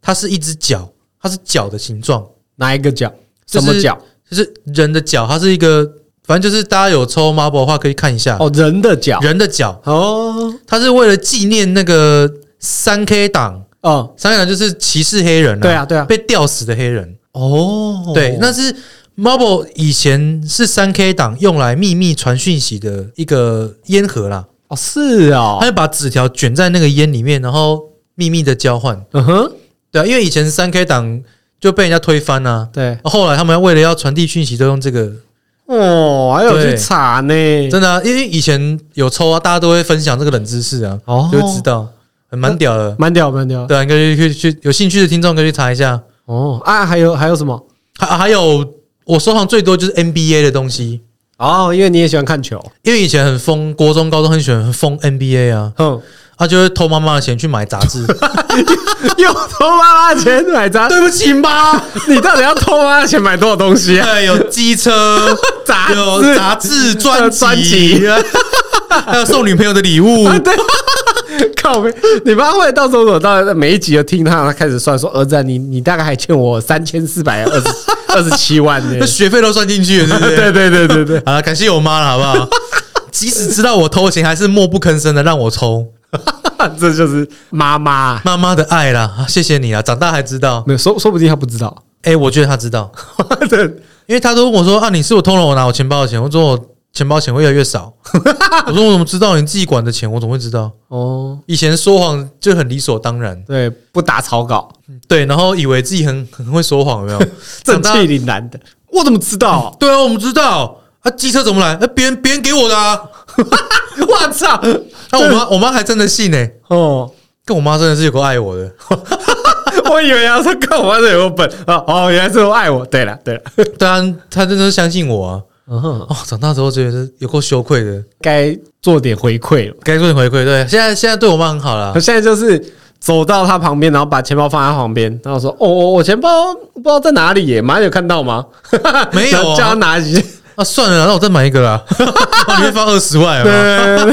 它是一只脚，它是脚的形状，哪一个角？就什是么角？就是人的脚，它是一个，反正就是大家有抽 Marble 的话可以看一下，哦，人的角。人的脚，哦，它是为了纪念那个三 K 党。哦，三 K 党就是歧视黑人啊，对啊对啊被吊死的黑人。哦，对，那是 Marble 以前是三 K 党用来秘密传讯息的一个烟盒啦，哦是他哦，就把纸条卷在那个烟里面，然后秘密的交换。嗯哼，对啊，因为以前三 K 党就被人家推翻啦、对，后来他们为了要传递讯息，都用这个，哦，还有去对查呢，真的、啊，因为以前有抽啊，大家都会分享这个冷知识啊，哦就会知道，很蛮屌的。蛮屌蛮屌。对啊，你可以去去，有兴趣的听众可以去查一下。哦啊，还有还有什么？还还有，我收藏最多就是 NBA 的东西，哦，因为你也喜欢看球，因为以前很疯，国中、高中很喜欢疯 NBA 啊，哼， 他就会偷妈妈的钱去买杂志。又偷妈妈钱买杂，对不起妈， 你到底要偷妈妈钱买多少东西 啊？对，有机车，杂 有志杂志、专呃辑，专辑 还有送女朋友的礼物。啊，对，靠背，你妈会到时候我到每一集就听她，她开始算说，儿子啊、你你大概还欠我三千四百 二十二十七万那呢。学费都算进去了，是不 对是？对对对对， 好了，感谢我妈了，好不好？即使知道我偷钱，还是默不吭声的让我抽，这就是妈妈。妈妈的爱啦，啊谢谢你啊！长大还知道，没有，说说不定她不知道。哎、我觉得她知道， 对，因为她都问我说啊，你是我偷了我拿我钱包的钱，我说我钱包钱会越来 越少，我说我怎么知道你自己管的钱，我怎么会知道？哦，以前说谎就很理所当然，对，不打草稿，对，然后以为自己很很会说谎，有没 有？正长大气凛然的。我怎么知道？对啊，我们知道啊，机车怎么来？那别人别人给我的啊， 我操！那、我 妈我妈还真的信呢、哦， 跟我妈真的是有够爱我的，我以为要说看我这有本啊，哦，原来是我爱我。对了对了，对啊，她真的是相信我啊。嗯哦，长大之后觉得是有够羞愧的，该做点回馈了。该做点回馈。对，现在现在对我妈很好啦 我。现在就是走到他旁边，然后把钱包放在他旁边，然后说：“哦，我我钱包不知道在哪里耶，马上有看到吗？没有啊然 后叫他拿起。啊，算了啦，那我再买一个啦， 里面放二十万对啊。对对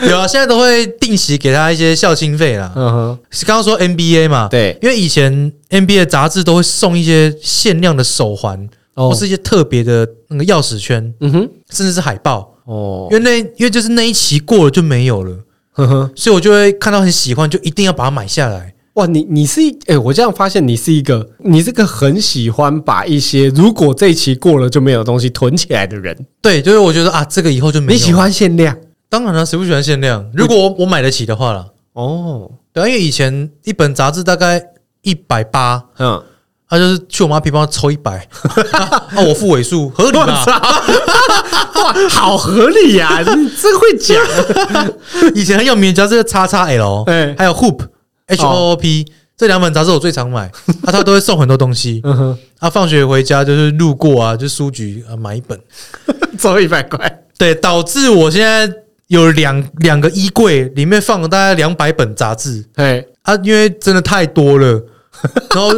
对有啊，现在都会定期给她一些孝心费啦。 嗯哼，刚刚说 NBA 嘛，对，因为以前 NBA 杂志都会送一些限量的手环，哦或是一些特别的那个钥匙圈，嗯哼，甚至是海报。哦， 嗯因为那因为就是那一期过了就没有了，呵呵，所以我就会看到很喜欢，就一定要把它买下来。哇，你你是哎、我这样发现你是一个，你是个很喜欢把一些如果这一期过了就没有的东西囤起来的人。对，就是我觉得啊，这个以后就没有。你喜？欢限量当然了、啊谁不喜欢限量？如果我我买得起的话啦，哦，对啊，因为以前一本杂志大概一百八， 嗯，他就是去我妈皮包抽一百， 啊，我付尾数，合理我吧操，？ 哇，好合理呀、你真会讲。以前很有名的杂志叉叉 L，哎还有 Hoop H O O P，这两本杂志我最常 买，啊，他都会送很多东西。嗯哼，啊，放学回家就是路过啊，就书局啊买一本。走一百块，对，导致我现在有两两个衣柜，里面放了大概两百本杂志哎，啊，因为真的太多了， 然后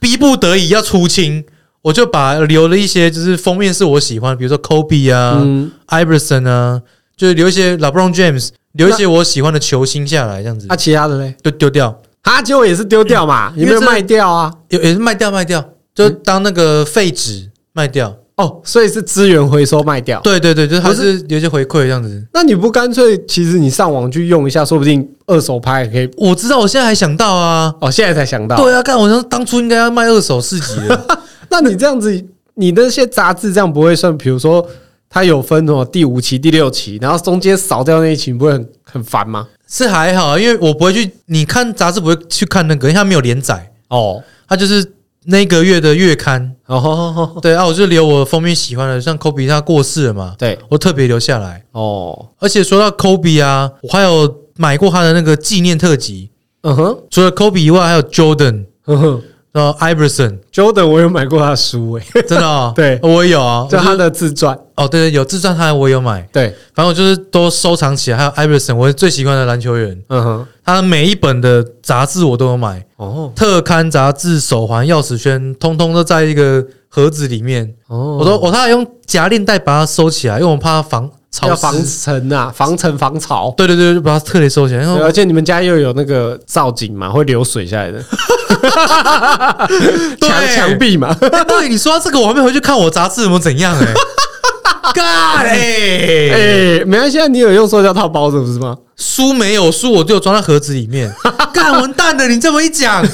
逼不得已要出清，我就把留了一些，就是封面是我喜欢，比如说 Kobe 啊、嗯， Iverson 啊，就是留一些 LeBron James，留一些我喜欢的球星下来，这样子啊，其他的嘞，就丢掉，啊，结果也是丢掉嘛，因为有没有这卖掉啊？也也是卖掉卖掉，就嗯当那个废纸卖掉。哦，所以是资源回收卖掉。对对对，就是还不是是有一些回馈这样子。那你不干脆，其实你上网去用一下，说不定二手拍也可以。我知道，我现在还想到啊，哦，现在才想到，对啊，干！我当当初应该要卖二手市集 的，那你这样子，你那些杂志这样不会算？比如说，它有分什么第五期、第六期，然后中间扫掉那一期，你不会很很烦吗？是还好，啊因为我不会去，你看杂志不会去看那个，因为它没有连载，哦，它就是那个月的月刊。哦，好好好对啊，我就留我封面喜欢的，像 Kobe 他过世了嘛，对，我特别留下来。哦，而且说到 Kobe 啊，我还有买过他的那个纪念特辑，嗯哼，除了 Kobe 以外，还有 Jordan，嗯哼然后 Iverson， ，Jordan 我有买过他的书、诶，，真的、哦对我也有啊，就我他是的自传，哦，对对，有自传他我也有买，对，反正我就是都收藏起来。还有 Iverson，我最喜欢的篮球员。嗯哼，他的每一本的杂志我都有买，哦特刊、杂志、手环、钥匙圈，通通都在一个盒子里面。哦我都我他还用夹链袋把它收起来，因为我怕它防潮要防湿。尘啊，防尘防潮。对对对，就把它特别收起 来。然对后而且你们家又有那个造景嘛，会流水下来的对墙墙壁嘛，哎对你说到这个，我还没回去看我杂志怎么怎样哎、God 哎、哎、没关系，啊，你有用塑胶套包着不是吗？书没有书，我就有装在盒子里 面。干完蛋了，你这么一讲，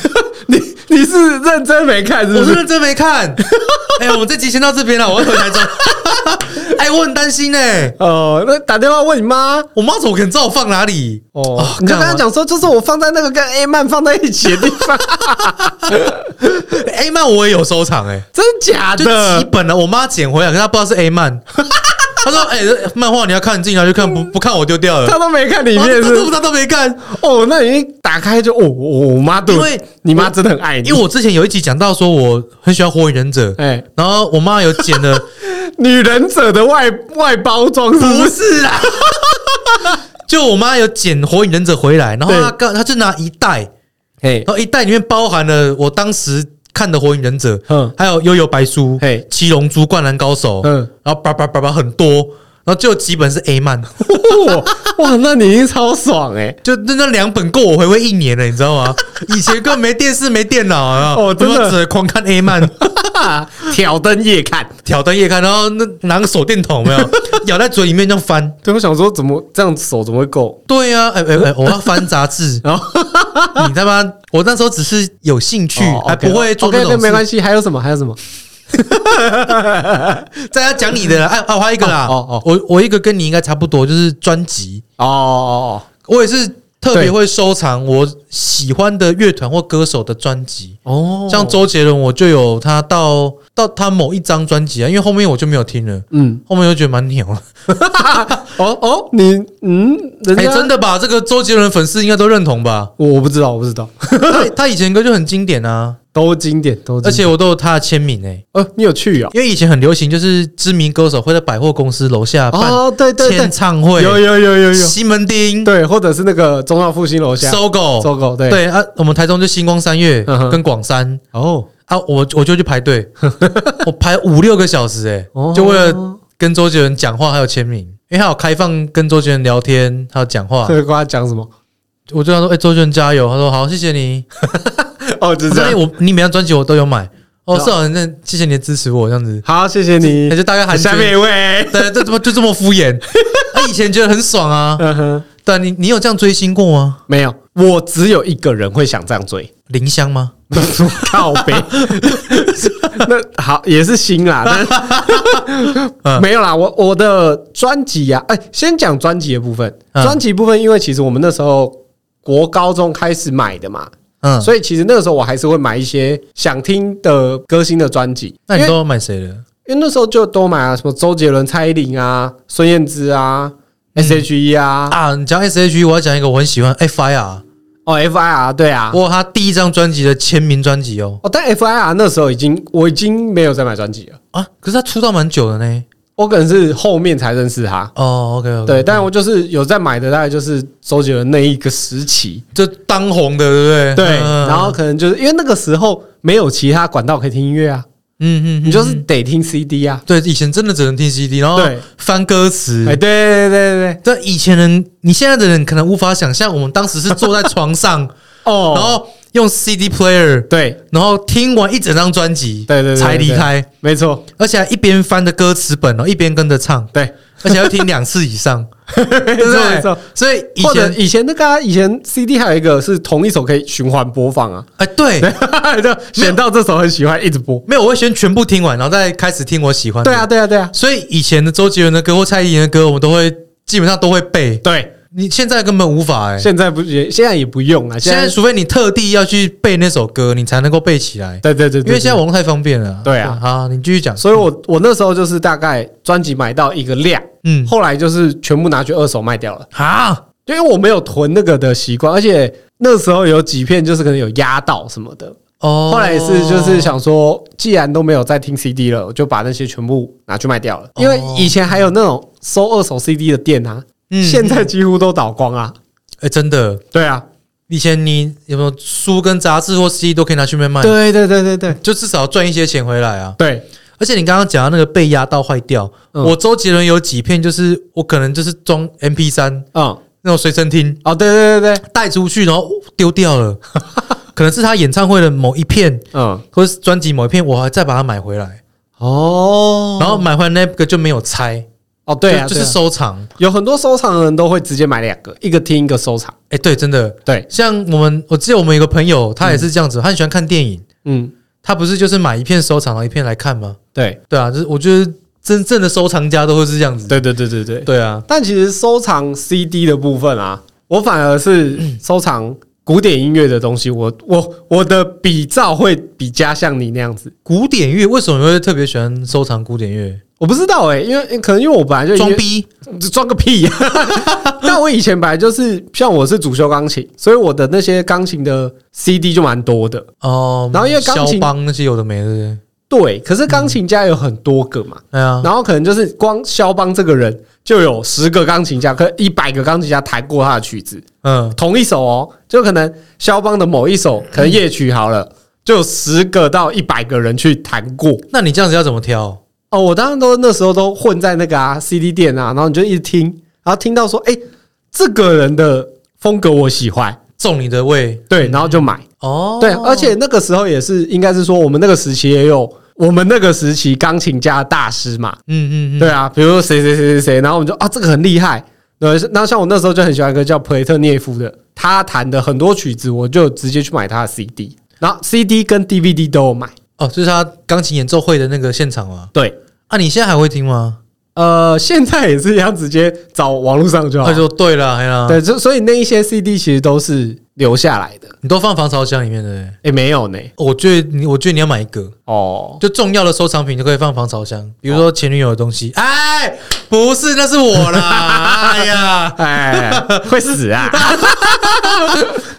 你你是认真没看是我不是是？认真没看。哎、我们这集先到这边了，我要回台 中。哎、我很担心哎、哦，那打电话问你妈我妈怎么可能知道我放哪里？哦啊，你就干跟她我讲说，就是我放在那个跟 A 曼放在一起的地 方， A 漫我也有收藏哎、真假就的几？本了，我妈捡回来，可是她不知道是 A 漫。她说：“哎、这漫画你要看，你自己拿去看，不不看我丢掉了。她都没看嗯里啊”面她是都不不是她都没看，哦，那你一打开就哦，我我妈对我，因为你妈真的很爱你，因为我之前有一集讲到说我很喜欢火影忍者，哎，然后我妈有 捡了，女忍者的外外包装是不不是？是啊啦，就我妈有捡火影忍者回来，然后她对刚她就拿一袋，嘿然，后一袋里面包含了我当时看的火影忍者，嗯还有悠悠白书嘿、七龙珠、灌篮高手，嗯然后叭叭叭叭很多，然后就有几本是 A 漫，哦哇，那你一定超爽哎、 就那那两本够我回味一年了，你知道 吗？以前根本没电视、没电脑啊，哦真的他妈只能狂看 A 漫，欸，挑灯夜看。挑灯夜看，然后那拿个手电筒有没 有，咬在嘴里面这样翻。对，我想说怎么这样手怎么会够？，对呀、啊，哎哎哎，我要翻杂志 然哦后你他妈！我那时候只是有兴趣，哦还不会做 OK，OK，那那种没事。关系。还有什么？还有什么？再来讲你的啦，哎，啊我还有一个啦，哦哦哦哦，我我一个跟你应该差不多，就是专辑，哦哦我也是特别会收藏我喜欢的乐团或歌手的专辑。哦哦，像周杰伦，我就有他到到他某一张专辑啊，因为后面我就没有听了，嗯，后面就觉得蛮鸟了。哦哦，你嗯，人哎、家真的，？的吧？这个周杰伦粉丝应该都认同吧我我不知道，我不知道，他他以前歌就很经典啊，都经典，都经而典。且我都有他的签名诶、呃，你有去啊？因为以前很流行，就是知名歌手会在百货公司楼下办哦，对对对签，唱会，有有有有有，西门町、对，或者是那个中央复兴楼下搜狗，搜狗，对，对啊，我们台中就星光三月嗯哼跟广山哦啊，我我就去 排队，我排五六个小时哎、哦就为了跟周杰伦讲话还有签名，因为他有开放跟周杰伦聊天还有讲话这，个跟他讲什么？我就跟他说哎、周杰伦加油，他说好谢谢你，哦，就这我说哎样。我你每张专辑我都有买，哦哦是啊，那谢谢你的支持我这样子，好，谢谢你那。就大概寒嗯下面一暄，位， 对，就这么就这么 敷衍，啊以前觉得很爽啊，嗯哼，但你你有这样追星过吗？没有，我只有一个人会想这样追。林湘吗？靠背， 那好也是新 啦，但嗯没有啦。我我的专辑呀，哎，先讲专辑的部分。嗯专辑部分，因为其实我们那时候国高中开始买的嘛，嗯，所以其实那个时候我还是会买一些想听的歌星的专辑。那你因为都买谁的？因为那时候就都买啊，什么周杰伦、蔡依林啊、孙燕姿啊、S.H.E 嗯啊，啊，你讲 S H E，我要讲一个我很喜欢哎 F I R，哦，FIR 对啊，哇，他第一张专辑的签名专辑哦哦，但 FIR 那时候已经我已经没有在买专辑了，啊，可是他出道蛮久的呢。我可能是后面才认识他。哦，OK OK，对，但我就是有在买的，大概就是周杰伦那一个时期。就当红的，对不对？对，嗯然后可能就是因为那个时候没有其他管道可以听音乐啊，嗯嗯，你就是嗯得听 CD 啊。对以前真的只能听 CD，然后对翻歌词哎，对。对对对对，但以前人，你现在的人可能无法想象，我们当时是坐在床上， 哦，然后用 CD player，对然后听完一整张专辑，对对对对才离开，没错，而且还一边翻着歌词本，然后一边跟着唱， 对，而且要听两次以上， 没对不错没错对。？所以以或者前，以前那个、啊、以前 CD 还有一个是同一首可以循环播放啊， 哎，对，对，就选到这首很喜欢一直播。没有，我会先全部听完，然后再开始听我喜欢的。对啊，，对啊，对啊，所以以前的周杰伦的歌或蔡依林的歌，我们都会基本上都会背。对，你现在根本无法哎、现在不也现在也不用啊，现现在在除非你特地要去背那首歌，你才能够背起来。对对对，对因为现在，网络太方便了。对啊好，你继续讲对。所以我我那时候就是大概专辑买到一个量，嗯，后来就是全部拿去二手卖掉了，啊，因为我没有囤那个的习惯，而且那时候有几片就是可能有压到什么的，哦，后来也是就是想说，既然都没有在听 CD 了，我就把那些全部拿去卖掉哦了，因为以前还有那种收二手 CD 的店啊，嗯现在几乎都倒光啊，哎、真的，对啊，以前你有没有书跟杂志或 CD 都可以拿去卖卖，对对对对对就至少赚一些钱回来啊。对，而且你刚刚讲到那个被压到坏掉，嗯我周杰伦有几片就是我可能就是装 MP 三嗯，那种随身听哦，对对对对，带出去，然后丢掉了， 可能是他演唱会的某一片嗯，或是专辑某一片，我还再把它买回来。哦，然后买回来那个就没有拆，哦，对啊，就就就是是收藏。有很多收藏的人都会直接买两个，一个听一个收藏，哎，对，真的，对，像我们，我记得我们有个朋友，他也是这样子，他很喜欢看电影，嗯，他不是就是买一片收藏，然后一片来看吗？对对啊，就是我觉得真正的收藏家都会是这样子。对对对对对，对啊，但其实收藏 CD 的部分啊，我反而是收藏古典音乐的东西。我我我的比照会比较像你那样子。古典乐为什么你会特别喜欢收藏古典乐？我不知道哎、因为可能因为我本来就装，逼装个屁、 但我以前本来就是像我是主修钢琴，所以我的那些钢琴的 CD 就蛮多的。哦，然后因为钢琴肖邦那些有的没的，对，可是钢琴家有很多个嘛，对啊，然后可能就是光肖邦这个人就有十个钢琴家，可一百个钢琴家弹过他的曲子。嗯，同一首哦，就可能肖邦的某一首，可能夜曲好了，就有十个到一百个人去弹过。那你这样子要怎么挑？哦，我当然都那时候都混在那个啊 CD 店啊，然后你就一直听，然后听到说，哎、这个人的风格我喜欢，中你的胃对，然后就买。哦，对，而且那个时候也是，应该是说我们那个时期也有我们那个时期钢琴家大师嘛，嗯嗯嗯，对啊，比如说谁谁谁谁谁，然后我们就啊，这个很厉害。对，那像我那时候就很喜欢一个叫普雷特涅夫的，他弹的很多曲子，我就直接去买他的 CD，然后 CD 跟 DVD 都有买。哦，就是他钢琴演奏会的那个现场嘛。对，啊，你现在还会听吗？呃，现在也是一样，直接找网络上就好他。说对了，哎呀，啊对，就所以那一些 CD 其实都是留下来的。你都放防潮箱里面的、欸。诶，没有呢。我觉得你，我觉得你要买一个，哦，就重要的收藏品就可以放防潮箱，比如说前女友的东西。哦哎，不是，那是我 啦。哎呀， 哎，会死 啊！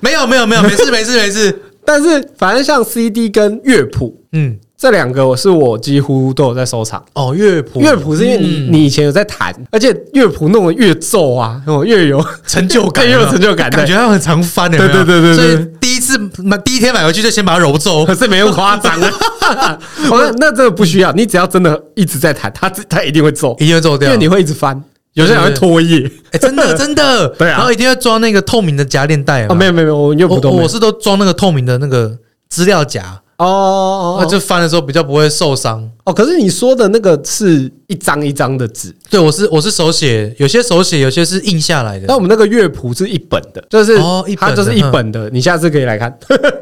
没有没有没有，没 事没事没事。但是反正像 CD 跟乐谱嗯，这两个，我是我几乎都有在收藏。哦，乐谱乐谱是因为你、嗯你以前有在弹，而且乐谱弄得越皱啊， 那种越有 成就感，啊越有成就感，感觉它很常翻，有没有对对对对对所以第一次买第一天买回去就先把它揉皱可。是没有夸张啊。 我说那这个不需要，你只要真的一直在弹，它它一定会皱，一定会皱因掉，为你会一直翻，有些人还会脱页哎，真 的真的，对啊然后一定要装那个透明的夹链袋啊哦，没有没有没有，我们乐我谱都没我有是都装那个透明的那个资料夹，哦哦哦那啊就翻的时候比较不会受伤。哦，可是你说的那个是一张一张的纸，对，我是我是手写，有些手写，有些是印下来的那。我们那个乐谱是一本的，就是哦一本它的就是一本的，你下次可以来看。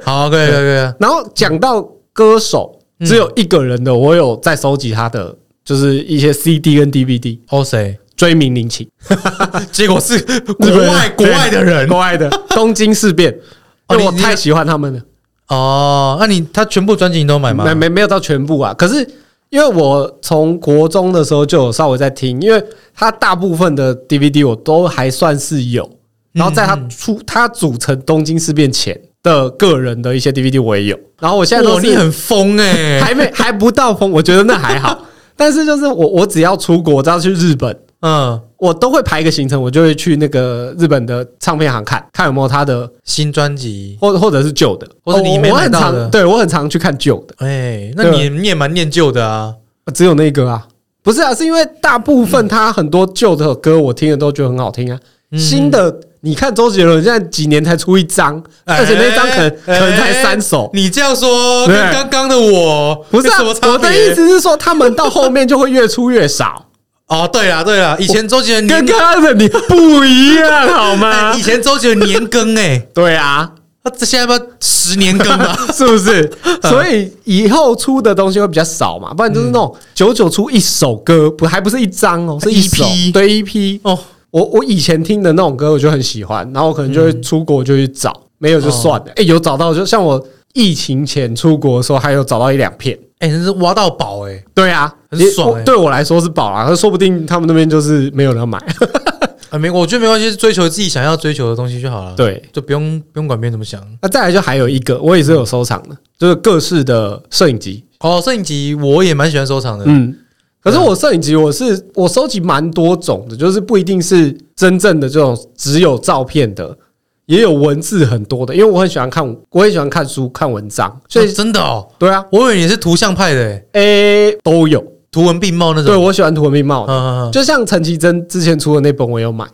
好，可以可以可以。然后讲到歌手，只有一个人的，我有在收集他的，就是一些 CD 跟 DVD。哦谁？追名林檎，结果 是国日本人外国外的人对国外的东京事变，哦因你为我太喜欢他们了。哦。那你他全部专辑你都买吗？没没没有到全部啊，可是因为我从国中的时候就有稍微在听，因为他大部分的 DVD 我都还算是有，然后在他出他组成东京事变前的个人的一些 DVD 我也有，然后我现在都哇，是你很疯哎、还没还不到疯，我觉得那还好。但是就是我我只要出国，我只要去日本，嗯，我都会排一个行程，我就会去那个日本的唱片行看看有没有他的，新专辑，或或者是旧的，或是你我没我买很到常的对我很常去看旧的，哎、那你你也蛮念旧的啊，只有那个啊，不是啊，是因为大部分他很多旧的歌我听了都觉得很好听啊，嗯新的你看周杰伦现在几年才出一张，哎而且那张可能可哎能才三首。你这样说对跟刚刚的我不是、有啊，什么差我的别意思是说，他们到后面就会越出越少，哦，对啦对啦，以前周杰伦跟年刚啊刚的你不一样，好吗 哎，以？前周杰伦年更哎、对啊，他这现在要不要十年更 吧？是不是？所以以后出的东西会比较少嘛，不然就是那种久久出一首歌，不还不是一张哦，是一首 EP 对 EP。哦，我我以前听的那种歌，我就很喜欢，然后我可能就会出国就去找，没有就算了。哎，有找到就像我疫情前出国的时候，还有找到一两片。哎、真是挖到宝哎、对啊，很你爽欸我对我来说是宝啊，说不定他们那边就是没有人要买。啊，没，我觉得没关系，追求自己想要追求的东西就好了。，对，就不用不用管别人怎么想。那再来就还有一个，我也是有收藏的，就是各式的摄影机。哦，摄影集我也蛮喜欢收藏的。嗯，可是我摄影集我是我收集蛮多种的，就是不一定是真正的这种只有照片的，也有文字很多的，因为我很喜欢看，我很喜欢看书看文章，所所以、以、真的哦，对啊，我以为你是图像派的、欸，诶、都有。图文并茂那种。对我喜欢图文并茂嗯，啊嗯嗯，就像陈绮贞之前出的那本我有买，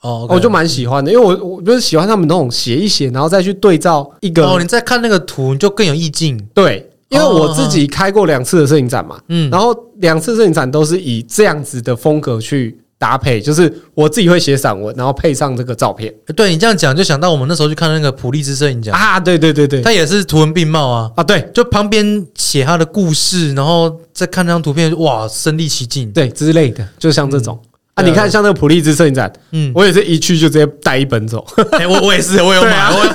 哦我就蛮喜欢的，因为我我就是喜欢他们那种写一写，然后再去对照一哦，个你再看那个图，你就更有意境。对。因为哦我自己开过两次的摄影展嘛，嗯，然后两次摄影展都是以这样子的风格去搭配，就是我自己会写散文，然后配上这个照片对你这样讲，就想到我们那时候去看那个普利兹摄影奖，啊，对对对对，他也是图文并茂啊，啊对就旁边写他的故事，然后再看那张图片，哇，身临其境。对之类的，就像这种啊，对啊你看像那个普利兹摄影展，嗯，我也是一去就直接带一本走， 哎，我我也是，我有对买，啊我 有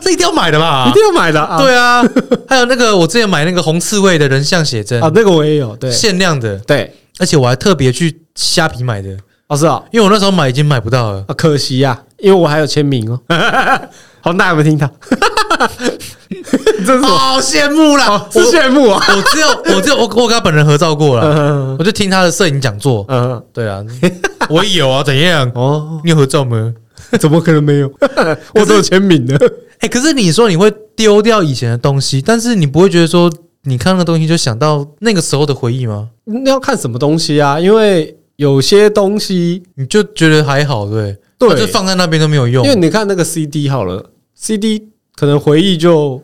这一定要买的吧一？定要买的啊，对啊，还有那个我之前买那个红刺猬的人像写真，啊，那个我也有，对限量的，对，而且我还特别去虾皮买的，哦是哦，因为我那时候买已经买不到了。啊可惜呀，因为我还有签名哦， 好，大家有没有 听到？这是我好羡慕啦！哦我是炫目啊， 我只有我只有我我跟他本人合照过了，嗯我就听他的摄影讲座。嗯对 啊，我也有啊，怎样？哦，你有合照吗？怎么可能 没有？我都有签名的。哎、可是你说你会丢掉以前的东西，但是你不会觉得说你看那个东西就想到那个时候的回忆吗？那要看什么东西啊？因为有些东西，你就觉得还好，对，对它就放在那边都没有因用为。你看那个 CD 好了，CD 可能回忆就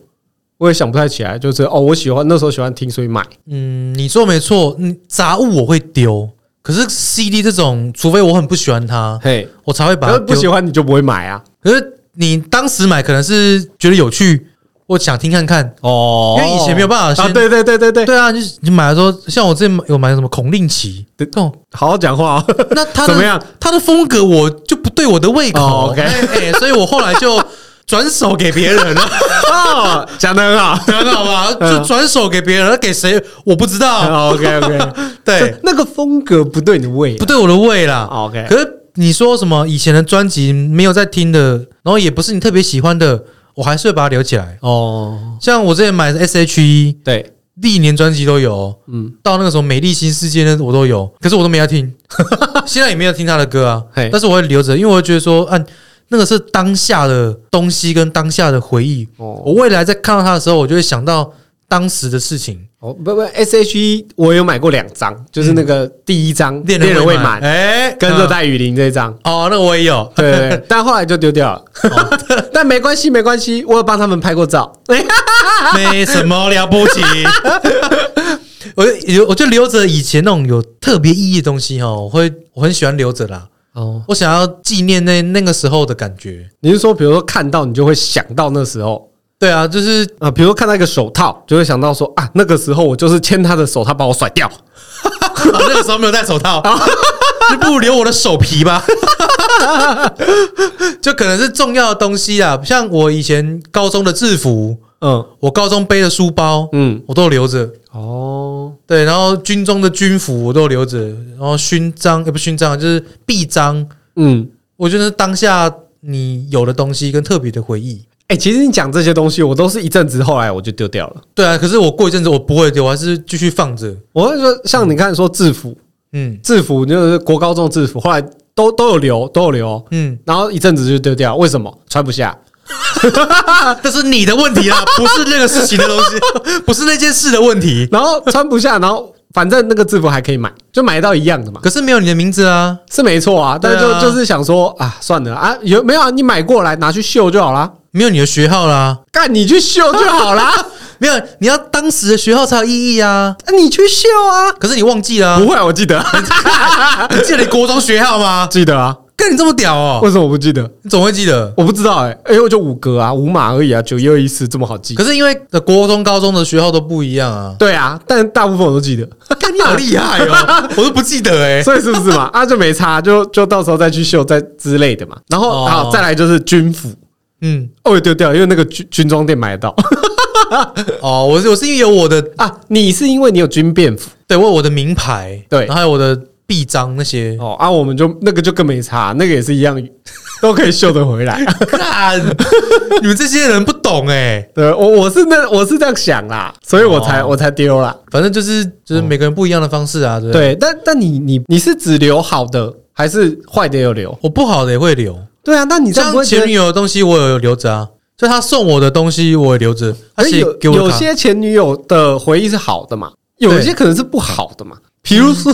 我也想不太起来，就是哦，我喜欢那时候喜欢听，所以买。嗯，你说没错，嗯，杂物我会丢，可是 CD 这种，除非我很不喜欢它，嘿，我才会把可它是不丢喜。欢你就不会买啊。可是你当时买可能是觉得有趣，我想听看看，哦因为以前没有办法啊，先。对对对对对，对啊，就是你买的时候，像我之前买有买什么孔令奇，对哦，好好讲话哦。那他怎么的样？他的风格我就不对我的胃口、哦，OK 哎哎所以我后来 就转手给别人了，哦，讲的很 好。很好吧？嗯就转手给别人，那给谁我不知道， OK OK，对，哦那个风格不对你胃不对我的胃啦。啊。OK，可是你说什么以前的专辑没有在听的，然后也不是你特别喜欢的，我还是会把它留起来。哦，像我之前买的 E S.H.E 对，历年专辑都有哦，嗯，到那个时候《美丽新世界》那我都有，可是我都没 在听，现在也没有听他的歌啊嘿。但是我会留着，因为我会觉得说，按、那个是当下的东西跟当下的回忆。哦我未来在看到他的时候，我就会想到当时的事情。哦，不不，S.H.E 我有买过两张，就是那个第一张《嗯恋人人未未满满，》，哎、 跟热带带雨林这一 张。哦，那我也有。对对，对但后来就丢掉了。 但没关系，没关系，我有帮他们拍过照。没什么了不 起。我就我就留着以前那种有特别意义的东西哈，我会我很喜欢留着啦。哦，我想要纪念那那个时候的感觉。你是说，比如说看到你就会想到那时候对啊，就是啊、比如说看到一个手套，就会想到说啊，那个时候我就是牵他的手，他把我甩掉。我那个时候没有戴手套，你不如留我的手皮吧。 就可能是重要的东西啦，像我以前高中的制服，嗯我高中背的书包，嗯，我都留着。哦，对，然后军中的军服我都留啊着，然后勋章也、呃不是勋章，就是臂章，嗯，我觉得当下你有的东西跟特别的回忆。哎、其实你讲这些东西，我都是一阵子后来我就丢掉了。对啊，可是我过一阵子我不会丢，我还是继续放着。我会说，像你看说制服，嗯制服就是国高中制服，后来都都有留，都有留，哦嗯，然后一阵子就丢掉，为什么穿不下？这是你的问题啦，不是那个事情的东西， 不是那件事的问题。然后穿不下，然后反正那个制服还可以买，就买到一样的嘛，可是没有你的名字啊，是没错啊。但是就、对啊就是想说啊，算了啊，有没有啊？你买过来拿去秀就好啦，没有你的学号啦，干你去秀就好 啦，啊没有你要当时的学号才有意义啊。你去秀啊。可是你忘记了、啊，不会啊，我记得、 啊，你记得你国中学号吗？记得啊。干你这么屌哦， 为什么我不记得？你总会记得。我不知道哎、哎呦，就五格啊，五码而已啊，九一二一四这么好记。可是因为呃国中、高中的学号都不一样啊，对啊，但大部分我都记得，干你好厉害哦， 我都不记得 哎、所以是不是嘛？啊，就没差，就就到时候再去秀再之类的嘛。然后、哦好，再来就是军服，嗯，哦，丢掉，因为那个军军装店买得到哦，我是我是因为有我的，啊。你是因为你有军便 服对我有我的名牌，对然后还有我的臂章那些，哦，啊，我们就那个就更没差，那个也是一样， 都可以秀得回来。 哦看 你们这些人不懂哎、对我我是那我是这样想啦，所以我才、哦我才丢啦。反正就是就是每个人不一样的方式啊，对哦不对？对，但但你你你是只留好的还是坏的有留？我不好的也会留，对啊，那你这样不像会觉得前女友的东西我有留着啊，就他送我的东西我也留着，他而且写哎有给我有的卡些前女友的回忆是好的嘛，有一些可能是不好的嘛。比如 说，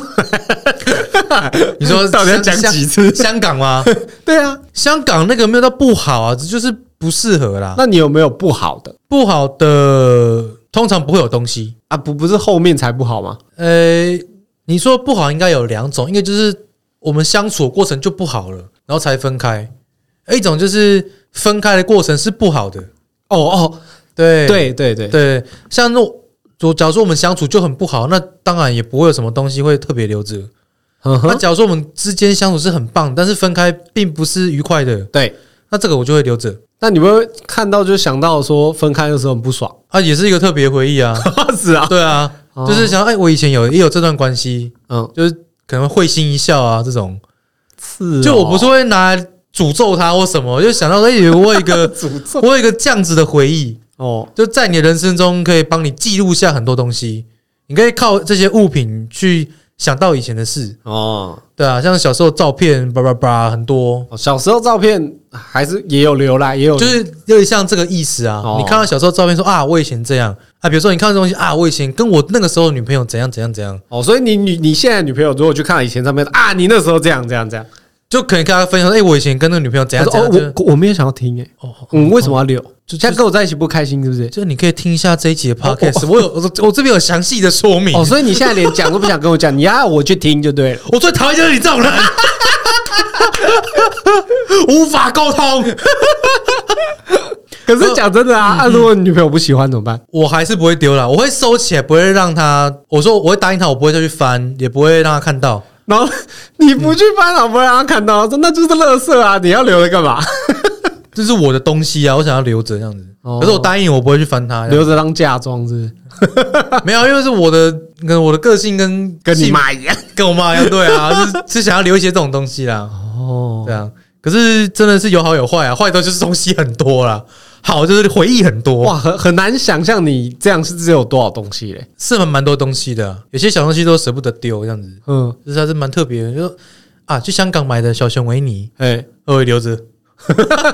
你说 到底要讲香香几次？香港 吗？对啊，香港那个没有到不好啊，就是不适合啦。那你有没有不好的不好的通常不会有东西。啊？不，不是后面才不好吗？呃，你说不好应该有两种，一个就是我们相处的过程就不好了，然后才分开；一种就是分开的过程是不好的。哦哦，对对对对，对，像那种就假如说我们相处就很不好，那当然也不会有什么东西会特别留着。嗯那哼，假如说我们之间相处是很棒，但是分开并不是愉快的，对。那这个我就会留着。那你们看到就想到说分开的时候很不爽， 啊，也是一个特别回忆啊。是啊，对啊，哦就是想哎，我以前有也有这段关系，嗯，就是可能会会心一笑啊这种。是哦就我不是会拿来诅咒他或什么，我就想到哎，我有 一个呃诅咒我有一个这样子的回忆，哦，就在你的人生中可以帮你记录下很多东西。你可以靠这些物品去想到以前的事，哦，对啊，像小时候照片，叭叭叭，很多，小时候照片还是也有留啦，也有就是有点像这个意思啊。哦你看到小时候照片说啊，我以前这样啊，比如说你看到这东西啊，我以前跟我那个时候的女朋友怎样怎样怎样，哦，所以你你你现在女朋友如果去看了以前照片啊，你那时候这样这样这样，就可能跟他分享，哎、我以前跟那个女朋友怎他样说怎样，哦，我我没有想要听诶，哦，哦嗯，为什么要留？就现在跟我在一起不开心是不 是？就你可以听一下这一集的 podcast，、我有我我这边有详细的说明。哦，所以你现在连讲都不想跟我讲，你要我去听就对了。我最讨厌就是你这种人， 无法沟通。可是讲真的嗯啊，啊，如果你女朋友不喜欢怎么办？我还是不会丢了，我会收起来，不会让他。我说我会答应他，我不会再去翻，也不会让他看到。然后你不去翻，老婆让她看到，说那就是垃圾啊，你要留着干嘛？这是我的东西啊，我想要留着这样子。哦可是我答应我不会去翻它， 留着当嫁妆是不是？ 没有，因为是我的，跟我的个性跟跟你性妈一样。 跟我妈一样，对 啊，是是想要留一些这种东西啦。哦，对啊，可是真的是有好有坏啊，坏的就是东西很多啦，好就是回忆很多，哇，很很难想象你这样是只有多少东西嘞。是蛮蛮多东西的啊、有些小东西都舍不得丢，这样子，嗯，就是还是蛮特别的。就啊，去香港买的小熊维尼，哎，我会留着，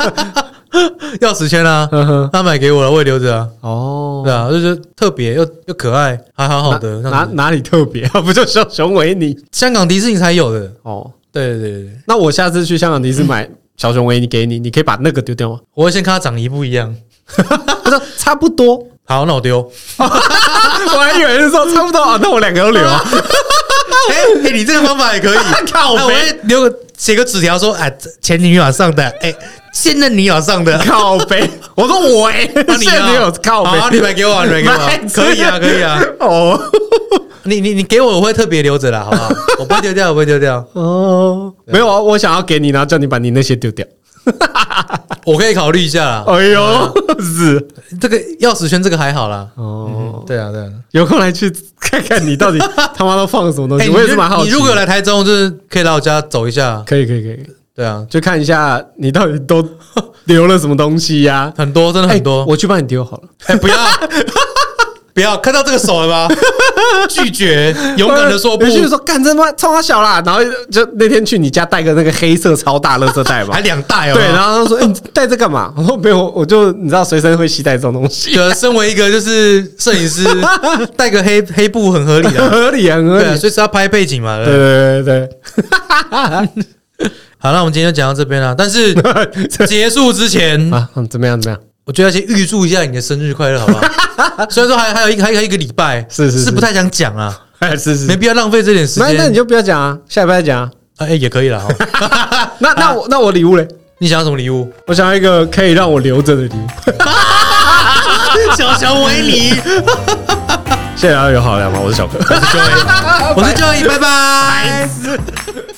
钥匙圈啊，呵呵，他买给我了，我也留着啊。嗯哦对，啊，就是特别又又可爱，还好好的。这哪样子哪里特别啊？不就小熊维尼？香港迪士尼才有的，哦，对对对对，那我下次去香港迪士尼买小熊维尼给你，你可以把那个丢掉吗？我会先看它长一不一样。他说差不多， 好，那我丢。我还以为是说差不多啊，那我两个都留啊。哎、哎你这个方法也可以。 靠 那我会背留个写个纸条说，哎、前女友上的，哎、现任女友上的， 靠背，我说我哎、 那欸，你现在呢你有靠好，背你买给 我，你买给买我，可以 啊，可以啊。哦你你你给我，我会特别留着啦，好不 好？我不会丢掉，我不会丢掉，哦，没有啊，我想要给你，然后叫你把你那些丢掉。我可以考虑一下啦。哎呦，是这个钥匙圈这个还好啦。哦，对啊，对啊。有空来去看看你到 底他妈都放了什么东哎西，你我也就是蛮好奇你的。如果有来台中，就是可以来我家走一下，可以可以可以，对啊，就看一下你到底都留了什么东西呀、很多真的很多哎。我去帮你丢好了。哎、 不要不要，看到这个手 了吗？拒绝，勇敢的说不有，些人说干这他妈冲他小啦，然后就那天去你家带个那个黑色超大垃圾袋嘛 还，两袋哦。对，然后他说：“哎、你带这干嘛？”我说：“没有，我就你知道随身会携带这种东西，呃，身为一个就是摄 影师，带个黑黑布很合理很的，合理，很合 对啊，理。所以是要拍背景嘛。”对不对对对对好，那我们今天就讲到这边了。但是 对对结束之前，啊，嗯怎么样？怎么样？我觉得先预祝一下你的生日快乐，好不好？ 虽然说还还有一个还有一个礼拜，是是是是不太想讲啊，哎，是是没是，必要浪费这点时那间。那你就不要讲啊，下礼拜再讲啊。哎、也可以了哈。那那我那我礼物嘞？你想要什么 礼物？我想要一个可以让我留着的礼物。小小维尼，啊谢谢大家有好聊吗？我是小哥。 我是 Joey，我是 Joey，拜拜。